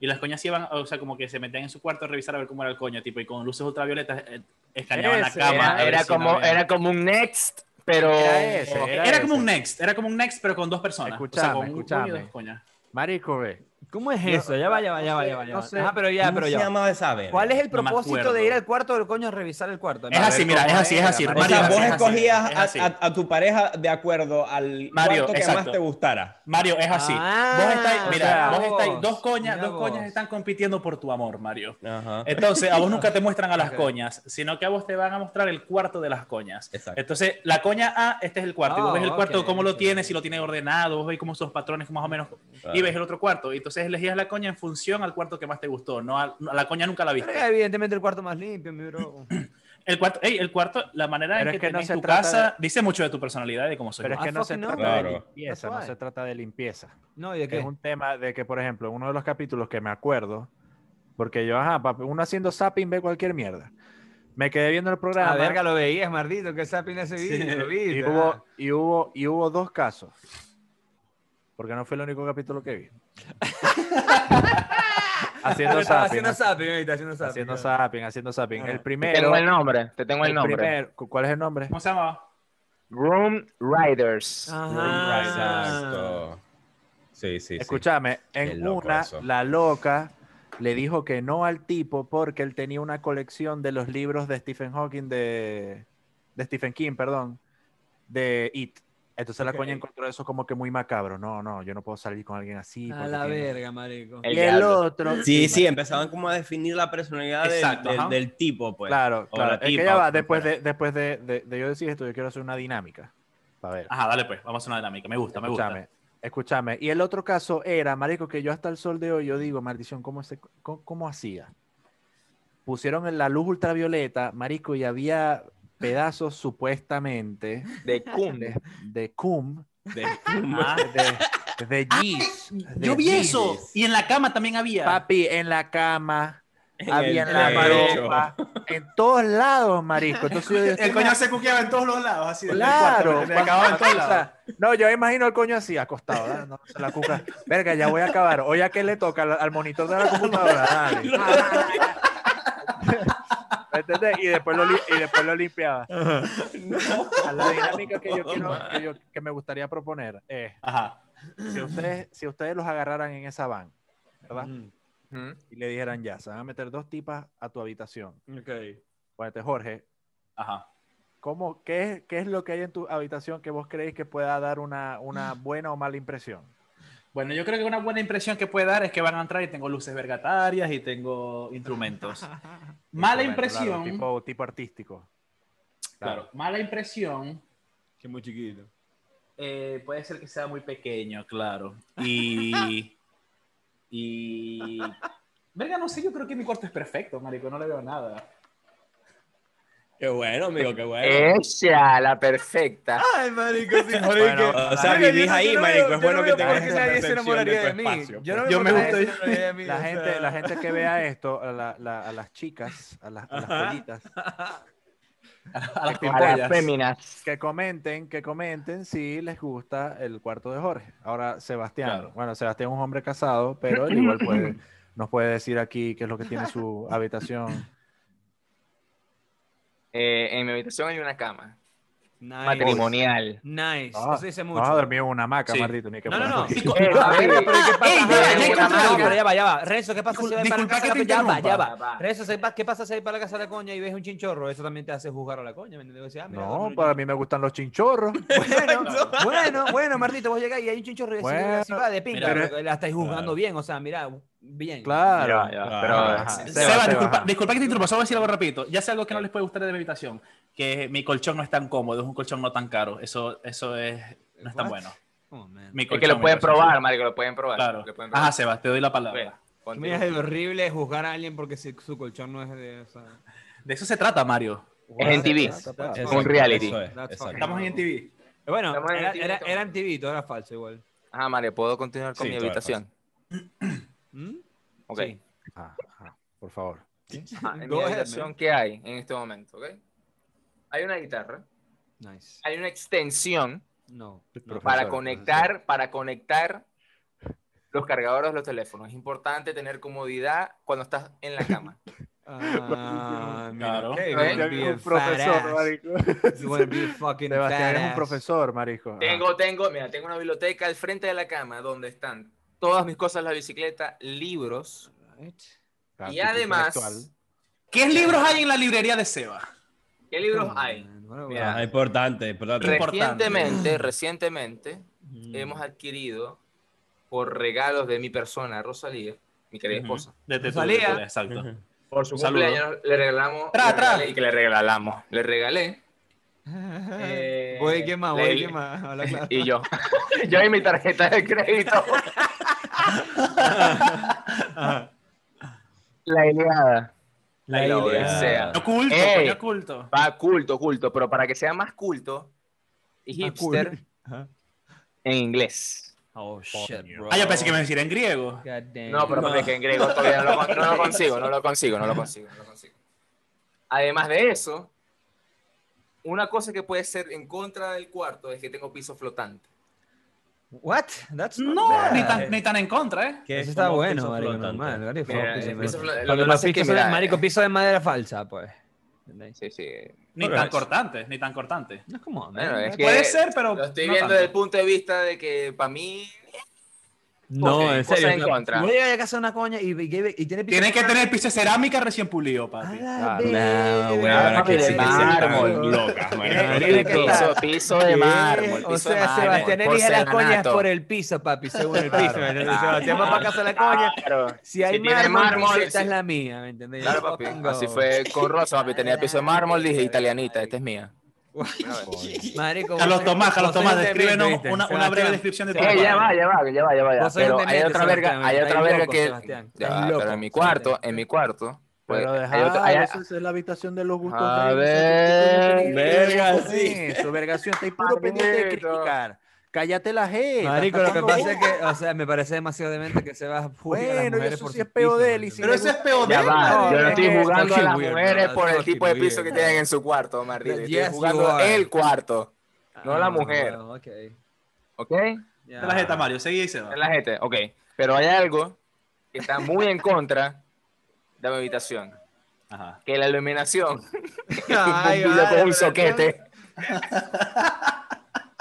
Speaker 5: Y las coñas se iban, o sea, como que se metían en su cuarto a revisar a ver cómo era el coño, tipo, y con luces ultravioletas eh, escaneaban la
Speaker 3: Ese
Speaker 5: cama. a
Speaker 4: Era,
Speaker 5: ver
Speaker 4: era
Speaker 5: si no
Speaker 4: como,
Speaker 5: había-
Speaker 4: era como un Next, pero.
Speaker 3: Era ese,
Speaker 5: Era, como un next, era como un next, pero con dos personas. o sea,
Speaker 3: Escuchame,
Speaker 5: con un coño y
Speaker 3: escuchame.
Speaker 5: dos coñas.
Speaker 3: Marico, ve.
Speaker 1: ¿Cómo es eso? Ya va, ya va, ya va, ya va. ya
Speaker 3: no
Speaker 1: va.
Speaker 3: sé.
Speaker 1: Ah, pero ya,
Speaker 2: ¿Cómo
Speaker 1: pero
Speaker 2: se
Speaker 1: ya. va.
Speaker 2: llamaba esa verga?
Speaker 1: ¿Cuál es el
Speaker 5: No me
Speaker 1: propósito de
Speaker 5: acuerdo.
Speaker 1: ir al cuarto del coño a revisar el cuarto?
Speaker 5: Es así, mira, es así, es así,
Speaker 2: O sea,
Speaker 5: Mario,
Speaker 2: vos
Speaker 5: es así,
Speaker 2: escogías
Speaker 5: es
Speaker 2: a-
Speaker 5: así.
Speaker 2: a, a tu pareja de acuerdo al
Speaker 5: Mario,
Speaker 2: cuarto que más
Speaker 5: exacto.
Speaker 2: te gustara.
Speaker 5: Mario, es así.
Speaker 1: Ah,
Speaker 5: vos estáis,
Speaker 1: o
Speaker 5: mira,
Speaker 1: sea,
Speaker 5: vos estáis,
Speaker 1: vos,
Speaker 5: dos coñas,
Speaker 1: mira
Speaker 5: dos coñas
Speaker 1: vos.
Speaker 5: están compitiendo por tu
Speaker 2: *laughs*
Speaker 5: amor, Mario.
Speaker 2: Ajá.
Speaker 5: Entonces, a vos nunca te muestran a las coñas, sino que a vos te van a mostrar el cuarto de las coñas.
Speaker 2: Exacto.
Speaker 5: Entonces, la coña A, este es el cuarto. y
Speaker 1: Ah,
Speaker 5: vos ves el cuarto,
Speaker 1: ok,
Speaker 5: cómo
Speaker 1: ok.
Speaker 5: lo tienes, si lo tienes ordenado, vos ves cómo son los patrones, más o menos. Y ves el otro cuarto. Y entonces elegías la coña en función al cuarto que más te gustó. No a, a la coña nunca la viste.
Speaker 1: Evidentemente el cuarto más limpio, mi bro.
Speaker 5: El cuarto, ey, el cuarto, la manera
Speaker 3: Pero
Speaker 5: en
Speaker 3: es
Speaker 5: que,
Speaker 3: que no
Speaker 5: tenés
Speaker 3: se
Speaker 5: tu
Speaker 3: trata
Speaker 5: casa dice mucho de tu personalidad y de cómo soy.
Speaker 3: Pero es
Speaker 5: yo.
Speaker 3: que
Speaker 1: Ah,
Speaker 3: no se
Speaker 1: fucking
Speaker 3: trata
Speaker 1: no.
Speaker 3: de
Speaker 2: Claro.
Speaker 3: limpieza,
Speaker 1: That's
Speaker 3: no
Speaker 1: why.
Speaker 3: se trata de limpieza.
Speaker 1: No, ¿y de qué?
Speaker 3: Es un tema de que, por ejemplo, uno de los capítulos que me acuerdo, porque yo, ajá, papi, uno haciendo zapping ve cualquier mierda. Me quedé viendo el programa.
Speaker 1: Ah, verga, ah. lo veías, mardito, que sapina ese vídeo, lo
Speaker 3: Y
Speaker 1: viste.
Speaker 3: hubo, y, hubo, y hubo dos casos. Porque no fue el único capítulo que
Speaker 1: *laughs*
Speaker 3: vi. haciendo
Speaker 1: Estaba
Speaker 3: zapping.
Speaker 1: haciendo
Speaker 3: Haciendo
Speaker 1: zapping, ahorita, haciendo zapping.
Speaker 3: haciendo
Speaker 1: claro.
Speaker 3: zapping, haciendo zapping. El
Speaker 4: Te
Speaker 3: primero.
Speaker 4: tengo el nombre, te tengo el, nombre.
Speaker 3: primero- ¿cu- ¿Cuál es el nombre?
Speaker 5: Ah, ¿Cómo se llamaba?
Speaker 4: Room Riders.
Speaker 1: Ah. Ajá.
Speaker 2: Exacto. Sí, sí, sí.
Speaker 3: Escúchame,
Speaker 2: Qué
Speaker 3: en
Speaker 2: loco
Speaker 3: una,
Speaker 2: eso.
Speaker 3: la loca le dijo que no al tipo porque él tenía una colección de los libros de Stephen Hawking, de, de Stephen King, perdón, de It. Entonces la coña encontró eso como que muy macabro. No, no, yo no puedo salir con alguien así.
Speaker 1: A
Speaker 3: porque
Speaker 1: la
Speaker 3: tiene-
Speaker 1: verga, marico.
Speaker 4: El
Speaker 3: y el
Speaker 4: diablo.
Speaker 3: otro.
Speaker 2: Sí, sí, empezaban como a definir la personalidad del-
Speaker 5: Exacto,
Speaker 2: del,
Speaker 5: ajá.
Speaker 2: del tipo, pues.
Speaker 3: Claro,
Speaker 2: O
Speaker 3: claro.
Speaker 2: la
Speaker 3: Es que
Speaker 2: tipa,
Speaker 3: ya
Speaker 2: o
Speaker 3: va,
Speaker 2: como
Speaker 3: después,
Speaker 2: fuera.
Speaker 3: de, después de, de- de yo decir esto, yo quiero hacer una dinámica. A ver.
Speaker 5: Ajá, dale pues, vamos a hacer una dinámica. Me gusta, me
Speaker 3: escúchame,
Speaker 5: gusta.
Speaker 3: escúchame. Y el otro caso era, marico, que yo hasta el sol de hoy, yo digo, maldición, ¿cómo, se, cómo, cómo hacía? Pusieron en la luz ultravioleta, marico, y había pedazos supuestamente
Speaker 4: De Kun.
Speaker 3: de, de cum, *laughs*
Speaker 5: Ah,
Speaker 3: de, de yeast,
Speaker 5: yo
Speaker 3: de
Speaker 5: vi
Speaker 3: yeast.
Speaker 5: eso. Y en la cama también había.
Speaker 3: Papi, en la cama,
Speaker 2: En
Speaker 3: había
Speaker 2: el
Speaker 3: en la
Speaker 2: techo.
Speaker 3: ropa, en todos lados, marico. Entonces yo digo,
Speaker 5: El coño se cuqueaba en todos los lados, así. del
Speaker 3: Claro,
Speaker 5: cuarto, se acababa en todos
Speaker 3: o sea,
Speaker 5: lados.
Speaker 3: no, yo imagino el coño así, acostado, ¿verdad? No, se la cuca. Verga, ya voy a acabar. Oye, ¿a qué le toca? Al, al monitor de la computadora, dale. ¿Me ¿Entendés? Y después lo, li- y después lo limpiaba. A La dinámica que yo quiero, que, yo- que me gustaría proponer es,
Speaker 5: Ajá.
Speaker 3: si ustedes, si ustedes los agarraran en esa van, ¿verdad?
Speaker 1: Ujú.
Speaker 3: Y le dijeran ya, se van a meter dos tipas a tu habitación.
Speaker 1: Ok.
Speaker 3: Ponete, Jorge,
Speaker 5: Ajá.
Speaker 3: ¿cómo, qué, es, ¿qué es lo que hay en tu habitación que vos creéis que pueda dar una, una buena o mala impresión?
Speaker 5: Bueno, yo creo que una buena impresión que puede dar es que van a entrar y tengo luces vergatarias y tengo
Speaker 3: *laughs*
Speaker 5: instrumentos. Mala
Speaker 3: Instrumento,
Speaker 5: impresión.
Speaker 3: claro, tipo, tipo artístico.
Speaker 5: Claro, mala impresión
Speaker 1: Que muy chiquito.
Speaker 5: eh, puede ser que sea muy pequeño,
Speaker 1: *laughs*
Speaker 5: claro. Y. y. Verga, no sé, yo creo que mi cuarto es perfecto, marico, no le veo nada.
Speaker 2: Qué bueno, amigo, qué bueno.
Speaker 1: Eh,
Speaker 4: Ella, la perfecta.
Speaker 1: Ay, marico, sí, marico.
Speaker 3: Bueno,
Speaker 2: o sea,
Speaker 1: Marico, yo
Speaker 2: vivís
Speaker 1: no- yo
Speaker 2: ahí,
Speaker 1: no
Speaker 2: marico.
Speaker 1: veo-
Speaker 2: Es
Speaker 1: yo
Speaker 2: bueno
Speaker 1: no
Speaker 2: que
Speaker 1: veo
Speaker 2: tengas
Speaker 1: por qué
Speaker 2: esa
Speaker 1: nadie se
Speaker 2: percepción
Speaker 1: enamoraría
Speaker 2: de
Speaker 1: de
Speaker 2: tu
Speaker 1: mí.
Speaker 2: espacio.
Speaker 1: Yo no
Speaker 5: Yo
Speaker 1: veo
Speaker 5: me
Speaker 1: por qué nadie
Speaker 5: gusta-
Speaker 1: se enamoraría de mí,
Speaker 3: la,
Speaker 1: o
Speaker 3: gente,
Speaker 1: sea.
Speaker 3: la gente que vea esto, a, la- la- a las chicas, a, las- a las pollitas,
Speaker 5: A las
Speaker 4: A las
Speaker 5: pimpollas.
Speaker 4: féminas.
Speaker 3: que comenten, que comenten si les gusta el cuarto de Jorge. Ahora, Sebastián.
Speaker 5: Claro.
Speaker 3: Bueno, Sebastián es un hombre casado, pero él igual puede, nos puede decir aquí qué es lo que tiene su habitación.
Speaker 4: Eh, en mi habitación hay una cama.
Speaker 1: Nice.
Speaker 4: Matrimonial.
Speaker 1: Nice.
Speaker 3: Ah,
Speaker 1: Eso dice
Speaker 3: No
Speaker 1: mucho.
Speaker 3: vas a dormir en una hamaca,
Speaker 5: Sí.
Speaker 3: maldito, ni que
Speaker 1: No, no,
Speaker 3: fuera
Speaker 1: no.
Speaker 3: Jorge.
Speaker 4: Eh,
Speaker 1: A ver,
Speaker 4: eh,
Speaker 1: Ah, pero ¿qué pasa?
Speaker 5: Ey, mira, ya
Speaker 1: Pero
Speaker 5: encontré
Speaker 1: no,
Speaker 5: algo.
Speaker 1: pero ya va, ya va. Renzo, ¿qué pasa
Speaker 5: Discul-
Speaker 1: si vas para
Speaker 5: disculpa
Speaker 1: la casa
Speaker 5: que
Speaker 1: de
Speaker 5: te
Speaker 1: la Ya va, ya
Speaker 5: interrumpa.
Speaker 1: va. Renzo, ¿se pa- ¿qué pasa si vas para la casa de la coña y ves un chinchorro? Eso también te hace juzgar a la coña, ¿me entiendes? Decís, ah, mira,
Speaker 3: No,
Speaker 1: bueno,
Speaker 3: para mí me gustan los chinchorros.
Speaker 1: Bueno, bueno, bueno, Martito, vos llegás y hay un chinchorro y decís,
Speaker 3: Bueno,
Speaker 1: así va de pinga,
Speaker 3: pero-
Speaker 1: porque la estáis juzgando
Speaker 2: Claro.
Speaker 1: bien, o sea, mira, bien.
Speaker 3: Claro.
Speaker 4: Ya, ya,
Speaker 1: Ah,
Speaker 2: Claro.
Speaker 4: pero,
Speaker 2: Ajá.
Speaker 4: ajá.
Speaker 5: Seba,
Speaker 3: Seba,
Speaker 5: disculpa,
Speaker 3: ajá.
Speaker 5: disculpa que te interrumpa, solo voy a decir algo rapidito. Ya sé algo que no les puede gustar de mi habitación, que mi colchón no es tan cómodo, es un colchón no tan caro. Eso, eso es, no es tan
Speaker 1: What?
Speaker 5: bueno.
Speaker 1: Oh, man.
Speaker 5: Mi
Speaker 4: Es
Speaker 5: colchón,
Speaker 4: que lo
Speaker 5: mi
Speaker 4: pueden
Speaker 5: colchón,
Speaker 4: probar,
Speaker 5: sí.
Speaker 4: Mario, lo pueden probar.
Speaker 5: Claro.
Speaker 4: Lo pueden probar.
Speaker 5: Ajá, Seba, te doy la
Speaker 4: Ve,
Speaker 5: palabra.
Speaker 4: ponte
Speaker 1: Mira,
Speaker 4: uno.
Speaker 1: es horrible juzgar a alguien porque si- su colchón no es de. O sea,
Speaker 5: De eso se trata, Mario.
Speaker 4: Es en TV.
Speaker 1: that's
Speaker 2: Exacto,
Speaker 1: fucking-
Speaker 4: Un reality.
Speaker 2: eso es,
Speaker 1: That's
Speaker 2: exacto.
Speaker 1: fucking-
Speaker 5: Estamos en TV.
Speaker 1: Bueno,
Speaker 4: Estamos en
Speaker 1: era,
Speaker 4: MTV,
Speaker 1: era,
Speaker 4: estamos.
Speaker 1: era MTV, todo era falso igual.
Speaker 4: Ajá, Mario, Ah, ¿puedo continuar con
Speaker 2: Sí,
Speaker 4: mi
Speaker 2: todo es
Speaker 4: habitación?
Speaker 1: ¿Mm?
Speaker 4: Ok.
Speaker 1: Sí.
Speaker 3: Ajá, ajá, por favor.
Speaker 4: Ajá, en mi
Speaker 1: Go ahead,
Speaker 4: habitación,
Speaker 1: man.
Speaker 4: ¿qué hay en este momento? ¿ok? Hay una guitarra,
Speaker 1: Nice.
Speaker 4: hay una extensión
Speaker 1: No. no.
Speaker 3: Profesor,
Speaker 4: para
Speaker 3: profesor.
Speaker 4: conectar, para conectar los cargadores de los teléfonos. Es importante tener comodidad cuando estás en la
Speaker 5: *laughs*
Speaker 4: cama.
Speaker 1: Ah, mira,
Speaker 5: Claro.
Speaker 1: qué
Speaker 4: Ya
Speaker 1: buen
Speaker 4: vi un
Speaker 1: bien
Speaker 3: profesor,
Speaker 1: badass.
Speaker 3: marico.
Speaker 1: You wanna be a fucking
Speaker 3: Sebastián es
Speaker 1: badass.
Speaker 3: un profesor, marico. Ajá.
Speaker 4: Tengo, tengo, mira, tengo una biblioteca al frente de la cama donde están todas mis cosas en la bicicleta, libros. Y
Speaker 3: Artículo
Speaker 4: además,
Speaker 3: intelectual.
Speaker 5: ¿Qué libros hay en la librería de Seba?
Speaker 4: ¿qué libros
Speaker 1: Oh,
Speaker 4: hay?
Speaker 1: Bueno,
Speaker 4: Mira,
Speaker 2: Ah, importante, importante.
Speaker 5: Mm. Importante. Mm.
Speaker 4: Recientemente, recientemente, hemos adquirido por regalos de mi persona, Rosalía, mi querida esposa.
Speaker 5: De de tu-
Speaker 4: Rosalía.
Speaker 5: de tu- exacto.
Speaker 4: Por su
Speaker 5: Saludo.
Speaker 4: cumpleaños le regalamos.
Speaker 5: Tra,
Speaker 4: le
Speaker 5: tra.
Speaker 4: regalé- y que le regalamos. Le regalé. *laughs* eh,
Speaker 6: Voy, ¿qué más?
Speaker 4: la-
Speaker 6: Voy, ¿qué más? Habla
Speaker 4: *laughs*
Speaker 6: claro.
Speaker 4: Y yo. yo y mi tarjeta de crédito. la Iliada.
Speaker 2: La
Speaker 4: Lo
Speaker 2: idea.
Speaker 4: que sea.
Speaker 5: Oculto,
Speaker 4: Ey.
Speaker 5: coño, oculto.
Speaker 4: Va culto, culto. Pero para que sea más culto y
Speaker 6: Más cool.
Speaker 4: hipster
Speaker 6: Ajá.
Speaker 4: en inglés.
Speaker 1: Oh, shit, bro.
Speaker 5: Ah, yo pensé que me decía en griego.
Speaker 6: God
Speaker 1: Eh,
Speaker 6: damn.
Speaker 4: No, pero papi, que en griego todavía no lo, con- no lo consigo, no lo consigo,
Speaker 6: *laughs*
Speaker 4: no lo consigo, no lo consigo. Además de eso, una cosa que puede ser en contra del cuarto es que tengo piso flotante.
Speaker 1: What? That's not
Speaker 5: No,
Speaker 1: bad.
Speaker 5: ni tan, ni tan en contra, ¿eh?
Speaker 2: ¿Qué
Speaker 1: Eso está
Speaker 2: somos
Speaker 1: bueno,
Speaker 2: pisos
Speaker 1: marico,
Speaker 2: flotantes?
Speaker 1: normal. marico,
Speaker 4: Mira,
Speaker 1: piso de
Speaker 4: el piso
Speaker 1: madera.
Speaker 4: flotante- lo
Speaker 1: Cuando los
Speaker 4: que pasa es que,
Speaker 1: pisos son-
Speaker 4: mira, eh.
Speaker 1: marico, piso de madera falsa, pues. ¿Entendéis?
Speaker 4: Sí, sí.
Speaker 5: Ni
Speaker 2: Pero
Speaker 5: tan
Speaker 2: es-
Speaker 5: cortante, ni tan cortante.
Speaker 1: No es como,
Speaker 4: Bueno, es que
Speaker 5: Puede ser, pero.
Speaker 4: lo estoy
Speaker 5: no
Speaker 4: viendo
Speaker 5: tanto.
Speaker 4: desde el punto de vista de que para mí
Speaker 1: No,
Speaker 4: Ok,
Speaker 1: en
Speaker 4: cosa
Speaker 1: serio.
Speaker 4: en
Speaker 1: no.
Speaker 4: contra.
Speaker 1: Voy a llegar a casa de una coña y, y- y tiene piso
Speaker 5: Tienes que tener piso de cerámica recién pulido, papi.
Speaker 1: Ah,
Speaker 2: No, güey,
Speaker 4: Ah,
Speaker 2: ahora
Speaker 4: papi,
Speaker 2: que
Speaker 4: de
Speaker 2: sí que se
Speaker 4: mármol.
Speaker 2: están locas,
Speaker 1: Tiene que
Speaker 2: marico.
Speaker 1: estar.
Speaker 4: piso, piso de
Speaker 1: Sí,
Speaker 4: mármol, piso
Speaker 1: O
Speaker 4: de
Speaker 1: sea,
Speaker 4: mármol,
Speaker 1: Sebastián elige las coñas
Speaker 4: porcelanato.
Speaker 1: por el piso, papi, según el piso. ¿me entendés?
Speaker 4: claro,
Speaker 1: Sebastián va para casa de la coña.
Speaker 4: Claro,
Speaker 1: Si hay
Speaker 4: Si tiene
Speaker 1: mármol,
Speaker 4: mármol,
Speaker 1: dice, esta
Speaker 4: sí.
Speaker 1: es la mía, ¿me entendés?
Speaker 4: claro,
Speaker 1: Yo
Speaker 4: papi.
Speaker 1: pongo-
Speaker 4: Así fue con Rosa, papi. Tenía piso de mármol, dije italianita, esta es mía.
Speaker 1: Marico,
Speaker 5: Carlos
Speaker 1: vos-
Speaker 5: Tomás, Carlos
Speaker 1: vos
Speaker 5: Tomás,
Speaker 1: sos un
Speaker 5: descríbenos
Speaker 1: demente,
Speaker 5: una, una
Speaker 1: Sebastián.
Speaker 5: breve descripción de tu
Speaker 4: Eh, ya
Speaker 5: cuarto.
Speaker 4: va, ya va, ya va, ya va.
Speaker 1: Vos
Speaker 4: Ya.
Speaker 1: sos
Speaker 4: Pero
Speaker 1: un
Speaker 4: hay
Speaker 1: demente,
Speaker 4: otra verga,
Speaker 1: Sebastián,
Speaker 4: hay otra
Speaker 1: estás
Speaker 4: verga
Speaker 1: loco,
Speaker 4: que.
Speaker 1: Sebastián,
Speaker 4: Ya,
Speaker 1: estás
Speaker 4: pero
Speaker 1: loco,
Speaker 4: en mi cuarto,
Speaker 1: Sebastián.
Speaker 4: en mi cuarto. pues,
Speaker 3: Pero
Speaker 4: hay
Speaker 3: deja,
Speaker 4: otra- hay-
Speaker 3: eso es la habitación de los gustos.
Speaker 4: A
Speaker 3: de ellos, ¿qué tiene
Speaker 4: ver,
Speaker 3: que ver
Speaker 2: verga,
Speaker 3: con
Speaker 2: sí.
Speaker 3: Eso, vergación, estáis puro pendiente de
Speaker 4: Maldito.
Speaker 3: criticar. Cállate la jeta.
Speaker 1: Marico, lo que
Speaker 3: sacando
Speaker 1: pasa
Speaker 3: bolas.
Speaker 1: es que, o sea, me parece demasiado demente que se va a juzgar a las
Speaker 3: Bueno,
Speaker 1: mujeres
Speaker 3: eso
Speaker 1: por
Speaker 3: sí
Speaker 1: su
Speaker 3: es peo
Speaker 1: piso,
Speaker 3: de él, y
Speaker 1: marico.
Speaker 3: si
Speaker 5: Pero
Speaker 3: le
Speaker 5: eso es
Speaker 3: gusta-
Speaker 5: peor
Speaker 4: Ya va, yo no
Speaker 1: es
Speaker 4: estoy
Speaker 1: que es
Speaker 4: jugando a
Speaker 1: fucking
Speaker 4: las
Speaker 1: weird,
Speaker 4: mujeres
Speaker 1: bro,
Speaker 4: por el
Speaker 1: fucking
Speaker 4: tipo de piso que
Speaker 1: weird.
Speaker 4: tienen en su cuarto, Martín. Estoy
Speaker 1: Yes, you
Speaker 4: jugando
Speaker 1: are.
Speaker 4: el cuarto, no la
Speaker 1: Ah,
Speaker 4: mujer.
Speaker 1: bueno, ok.
Speaker 4: ¿ok?
Speaker 1: Ya.
Speaker 5: Te la jeta, Mario. Seguí y se va.
Speaker 4: En la gente, ok. Pero hay algo que está muy en contra de mi habitación.
Speaker 5: Ajá.
Speaker 4: Que la iluminación *laughs*
Speaker 6: Ay,
Speaker 4: un bombillo
Speaker 6: vale,
Speaker 4: con un
Speaker 6: pero
Speaker 4: soquete. *laughs*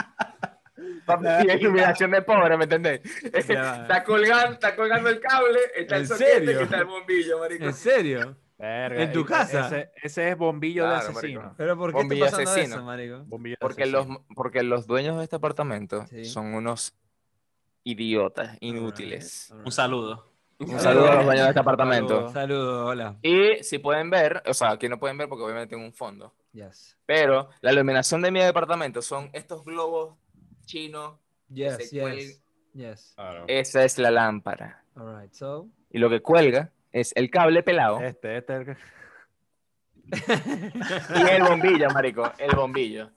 Speaker 4: Papi, sí, es iluminación de pobre, ¿me entendés? está, colgando, está colgando el cable, está el
Speaker 6: ¿En
Speaker 4: soquete
Speaker 6: serio?
Speaker 4: que está el bombillo, marico.
Speaker 6: ¿En serio?
Speaker 3: Verga,
Speaker 6: ¿En tu
Speaker 3: y-
Speaker 6: casa?
Speaker 3: Ese, ese es bombillo de
Speaker 4: Claro,
Speaker 3: asesino.
Speaker 4: marico.
Speaker 6: Pero ¿por qué está
Speaker 4: Bombillo
Speaker 6: pasando
Speaker 4: asesino.
Speaker 6: eso, marico?
Speaker 3: Bombillo de
Speaker 4: Porque los,
Speaker 3: asesino.
Speaker 4: porque los dueños de este apartamento
Speaker 1: Sí.
Speaker 4: son unos idiotas, inútiles.
Speaker 5: Un saludo.
Speaker 4: Un saludo a los dueños de este apartamento.
Speaker 1: Saludos, saludo, hola.
Speaker 4: Y si pueden ver, o sea, aquí no pueden ver porque obviamente tengo un fondo.
Speaker 1: Yes.
Speaker 4: Pero la iluminación de mi departamento son estos globos chinos.
Speaker 1: Yes,
Speaker 4: Se cuelga.
Speaker 1: yes. Yes.
Speaker 2: Claro.
Speaker 4: Esa es la lámpara.
Speaker 1: All right, so.
Speaker 4: Y lo que cuelga es el cable pelado
Speaker 3: Este, este. es el-
Speaker 4: y el bombillo, marico. El bombillo.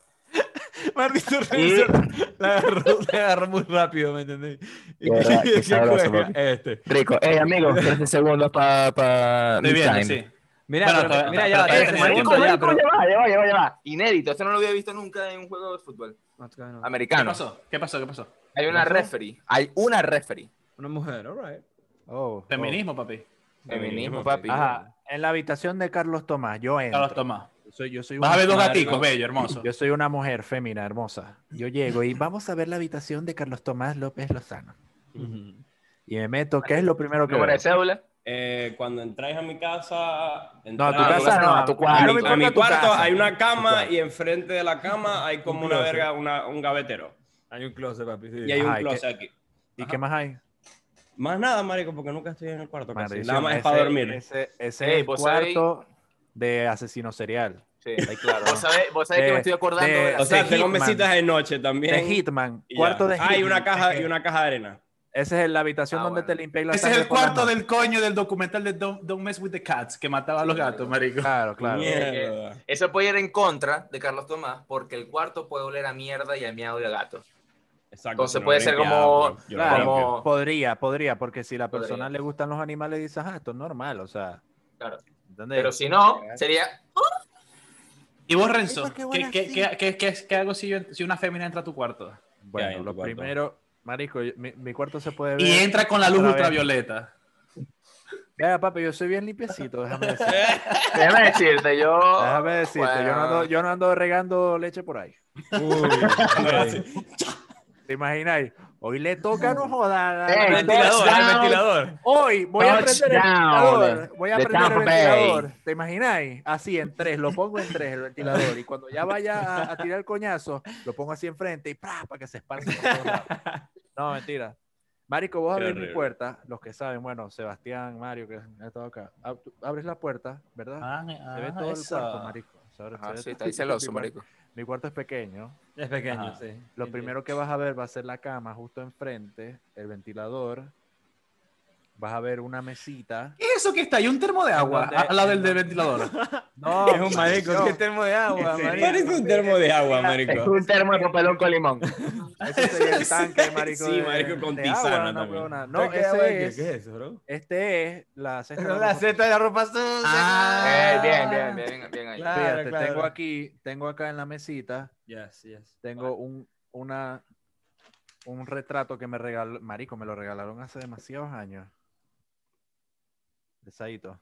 Speaker 6: Maldito
Speaker 4: Y,
Speaker 6: revisor. La agarró, la agarró muy rápido, ¿me entendés? ¿Y
Speaker 4: De verdad,
Speaker 6: qué-
Speaker 4: qué
Speaker 6: qué
Speaker 4: sabroso,
Speaker 6: juega?
Speaker 4: papi.
Speaker 6: Este.
Speaker 4: rico. Hey, amigo, 13 segundos para pa
Speaker 5: Estoy
Speaker 4: mi
Speaker 5: viendo,
Speaker 4: time.
Speaker 5: sí.
Speaker 1: Mira,
Speaker 5: Bueno,
Speaker 1: pero-
Speaker 5: todavía-
Speaker 1: mira, ya, va,
Speaker 5: todavía
Speaker 4: Eh,
Speaker 1: trece
Speaker 5: tenemos
Speaker 4: marico,
Speaker 1: segundos ya,
Speaker 4: marico,
Speaker 1: pero-
Speaker 4: ya va, ya va, ya va, ya va. Inédito, esto no lo había visto nunca en un juego de fútbol
Speaker 1: No, todavía no.
Speaker 5: ¿Qué
Speaker 4: americano.
Speaker 5: pasó? ¿Qué pasó? ¿Qué pasó?
Speaker 4: Hay una referee, hay una referee.
Speaker 1: Una mujer, all right.
Speaker 3: Oh, oh.
Speaker 5: Feminismo, papi.
Speaker 4: Feminismo, papi.
Speaker 3: Ajá, en la habitación de Carlos Tomás, yo entro.
Speaker 5: Carlos Tomás.
Speaker 3: Yo soy, yo soy
Speaker 5: Vas a
Speaker 3: una
Speaker 5: ver dos
Speaker 3: mujer,
Speaker 5: gaticos,
Speaker 3: ¿no?
Speaker 4: *laughs*
Speaker 5: bello, hermoso.
Speaker 3: Yo soy una mujer fémina, hermosa. Yo llego y vamos a ver la habitación de Carlos Tomás López Lozano. Y me meto, ¿qué es lo primero que
Speaker 4: Número
Speaker 3: veo?
Speaker 4: de cédula.
Speaker 2: Eh, cuando entráis a mi casa.
Speaker 3: No, a tu
Speaker 2: entráis-
Speaker 3: casa no,
Speaker 4: a tu cuarto.
Speaker 2: A
Speaker 4: no
Speaker 2: mi,
Speaker 4: me
Speaker 2: a mi
Speaker 3: importa tu
Speaker 2: cuarto
Speaker 3: casa.
Speaker 2: hay una
Speaker 3: Tu
Speaker 2: cama
Speaker 3: cuarto.
Speaker 2: y enfrente de la cama hay como
Speaker 1: Un
Speaker 2: una
Speaker 1: closet.
Speaker 2: verga, una- un gavetero.
Speaker 1: Hay un closet, papi.
Speaker 2: Y hay un
Speaker 3: Ajá, ¿y qué-
Speaker 2: closet aquí.
Speaker 3: ¿Y qué más hay?
Speaker 2: Más nada, marico, porque nunca estoy en el cuarto casi.
Speaker 3: Maldición,
Speaker 2: Nada más es
Speaker 3: ese-
Speaker 2: para dormir.
Speaker 3: Ese, ese
Speaker 4: Ey,
Speaker 3: es el
Speaker 4: vos sabéis-
Speaker 3: cuarto de asesino serial.
Speaker 4: Sí, claro. Vos sabés, vos sabés
Speaker 3: De-
Speaker 4: que me estoy acordando
Speaker 3: de-
Speaker 4: de, la
Speaker 2: o sea,
Speaker 4: serie.
Speaker 2: tengo
Speaker 3: Hitman.
Speaker 2: mesitas de noche también.
Speaker 3: De Hitman.
Speaker 2: Y ya.
Speaker 3: Cuarto de Hitman.
Speaker 2: Ah, y una caja, y una caja de arena.
Speaker 3: Esa es la habitación
Speaker 4: Ah,
Speaker 3: donde
Speaker 4: bueno.
Speaker 3: te limpias la
Speaker 5: Ese es
Speaker 3: sangre
Speaker 5: el
Speaker 3: por la
Speaker 5: cuarto
Speaker 3: mano.
Speaker 5: del coño del documental de Don't, Don't Mess with the Cats, que mataba a los gatos, marico.
Speaker 3: Claro, claro.
Speaker 2: Mierda.
Speaker 4: Eso puede ir en contra de Carlos Tomás porque el cuarto puede oler a mierda y a miau de gato.
Speaker 2: Exacto.
Speaker 4: Entonces
Speaker 2: si no
Speaker 4: puede
Speaker 2: lo
Speaker 4: ser
Speaker 2: limpiaba,
Speaker 4: como-
Speaker 2: pues, yo lo
Speaker 3: Claro,
Speaker 4: como-
Speaker 2: limpio.
Speaker 3: podría, podría, porque si la persona
Speaker 4: Podría.
Speaker 3: le gustan los animales, dices, ah, esto es normal, o sea.
Speaker 4: Claro.
Speaker 3: ¿entendés?
Speaker 4: Pero si no, sería
Speaker 5: *laughs* Y vos, Renzo,
Speaker 7: Ay, pues, qué
Speaker 5: ¿qué, qué-
Speaker 7: buena,
Speaker 5: qué- qué- qué- qué hago si, yo- si una fémina entra a tu cuarto?
Speaker 3: Bueno,
Speaker 2: Ya, en
Speaker 3: lo
Speaker 2: tu cuarto.
Speaker 3: primero, marico, yo- mi, mi cuarto se puede ver.
Speaker 5: Y entra con la luz
Speaker 3: Otra vez.
Speaker 5: ultravioleta.
Speaker 3: Vea, papi, yo soy bien limpiecito, déjame
Speaker 4: *laughs*
Speaker 3: decirte.
Speaker 4: Déjame decirte, yo.
Speaker 3: déjame decirte, yo, no ando, yo no ando regando leche por ahí.
Speaker 2: Uy, ok.
Speaker 3: ¿Te imagináis? Hoy le toca no joda.
Speaker 6: Al
Speaker 4: Eh,
Speaker 6: ventilador, al
Speaker 4: touchdown.
Speaker 6: ventilador.
Speaker 3: Hoy voy a aprender el
Speaker 4: Touchdown
Speaker 3: ventilador. Voy a
Speaker 4: de
Speaker 3: aprender el
Speaker 4: Tampa Bay.
Speaker 3: ventilador. ¿Te imagináis? Así en tres, lo pongo en tres el ventilador. Y cuando ya vaya a, a tirar el coñazo, lo pongo así enfrente y ¡pra! para que se esparza. por todos lados.
Speaker 4: *laughs*
Speaker 3: No, mentira. Marico, vos
Speaker 2: Qué
Speaker 3: abrís mi
Speaker 2: horrible.
Speaker 3: puerta. Los que saben, bueno, Sebastián, Mario, que han estado acá. Ab- tú Abres la puerta, ¿verdad?
Speaker 5: Ah,
Speaker 3: se ve
Speaker 5: ah,
Speaker 3: todo
Speaker 5: esa.
Speaker 3: el cuarto, marico. Se abre- se
Speaker 4: Ajá,
Speaker 3: ve
Speaker 4: Ah, sí,
Speaker 3: todo-
Speaker 4: está ahí celoso,
Speaker 3: mi cuarto-
Speaker 4: marico.
Speaker 3: Mi cuarto es pequeño.
Speaker 1: Es pequeño,
Speaker 5: Ajá.
Speaker 1: sí.
Speaker 3: Lo
Speaker 1: *laughs*
Speaker 3: primero que vas a ver va a ser la cama justo enfrente, el ventilador. Vas a ver una mesita.
Speaker 5: ¿Qué es eso que está ahí? Un termo de agua
Speaker 3: ¿Dónde?
Speaker 5: al lado del, del *laughs* ventilador.
Speaker 3: No,
Speaker 6: Es un marico, qué termo de agua, marico.
Speaker 2: Parece un termo de agua,
Speaker 4: Es
Speaker 2: marico.
Speaker 4: un termo de papelón con limón.
Speaker 3: Ese sería el tanque, marico.
Speaker 2: Sí,
Speaker 3: de-
Speaker 2: marico, con
Speaker 3: de
Speaker 2: tisana
Speaker 3: agua, una
Speaker 2: también.
Speaker 3: huevona. No,
Speaker 6: ¿Qué agua
Speaker 3: ese
Speaker 6: es-
Speaker 3: es,
Speaker 6: ¿Qué es eso, bro?
Speaker 3: este es la cesta. de
Speaker 6: No,
Speaker 3: ropa.
Speaker 6: la seta de la ropa sucia.
Speaker 4: Eh, bien, bien, bien, bien ahí.
Speaker 6: Claro.
Speaker 3: Fíjate,
Speaker 6: claro.
Speaker 3: tengo aquí, tengo acá en la mesita,
Speaker 1: Yes, yes.
Speaker 3: tengo un, una, un retrato que me regaló, marico, me lo regalaron hace demasiados años. De Saito.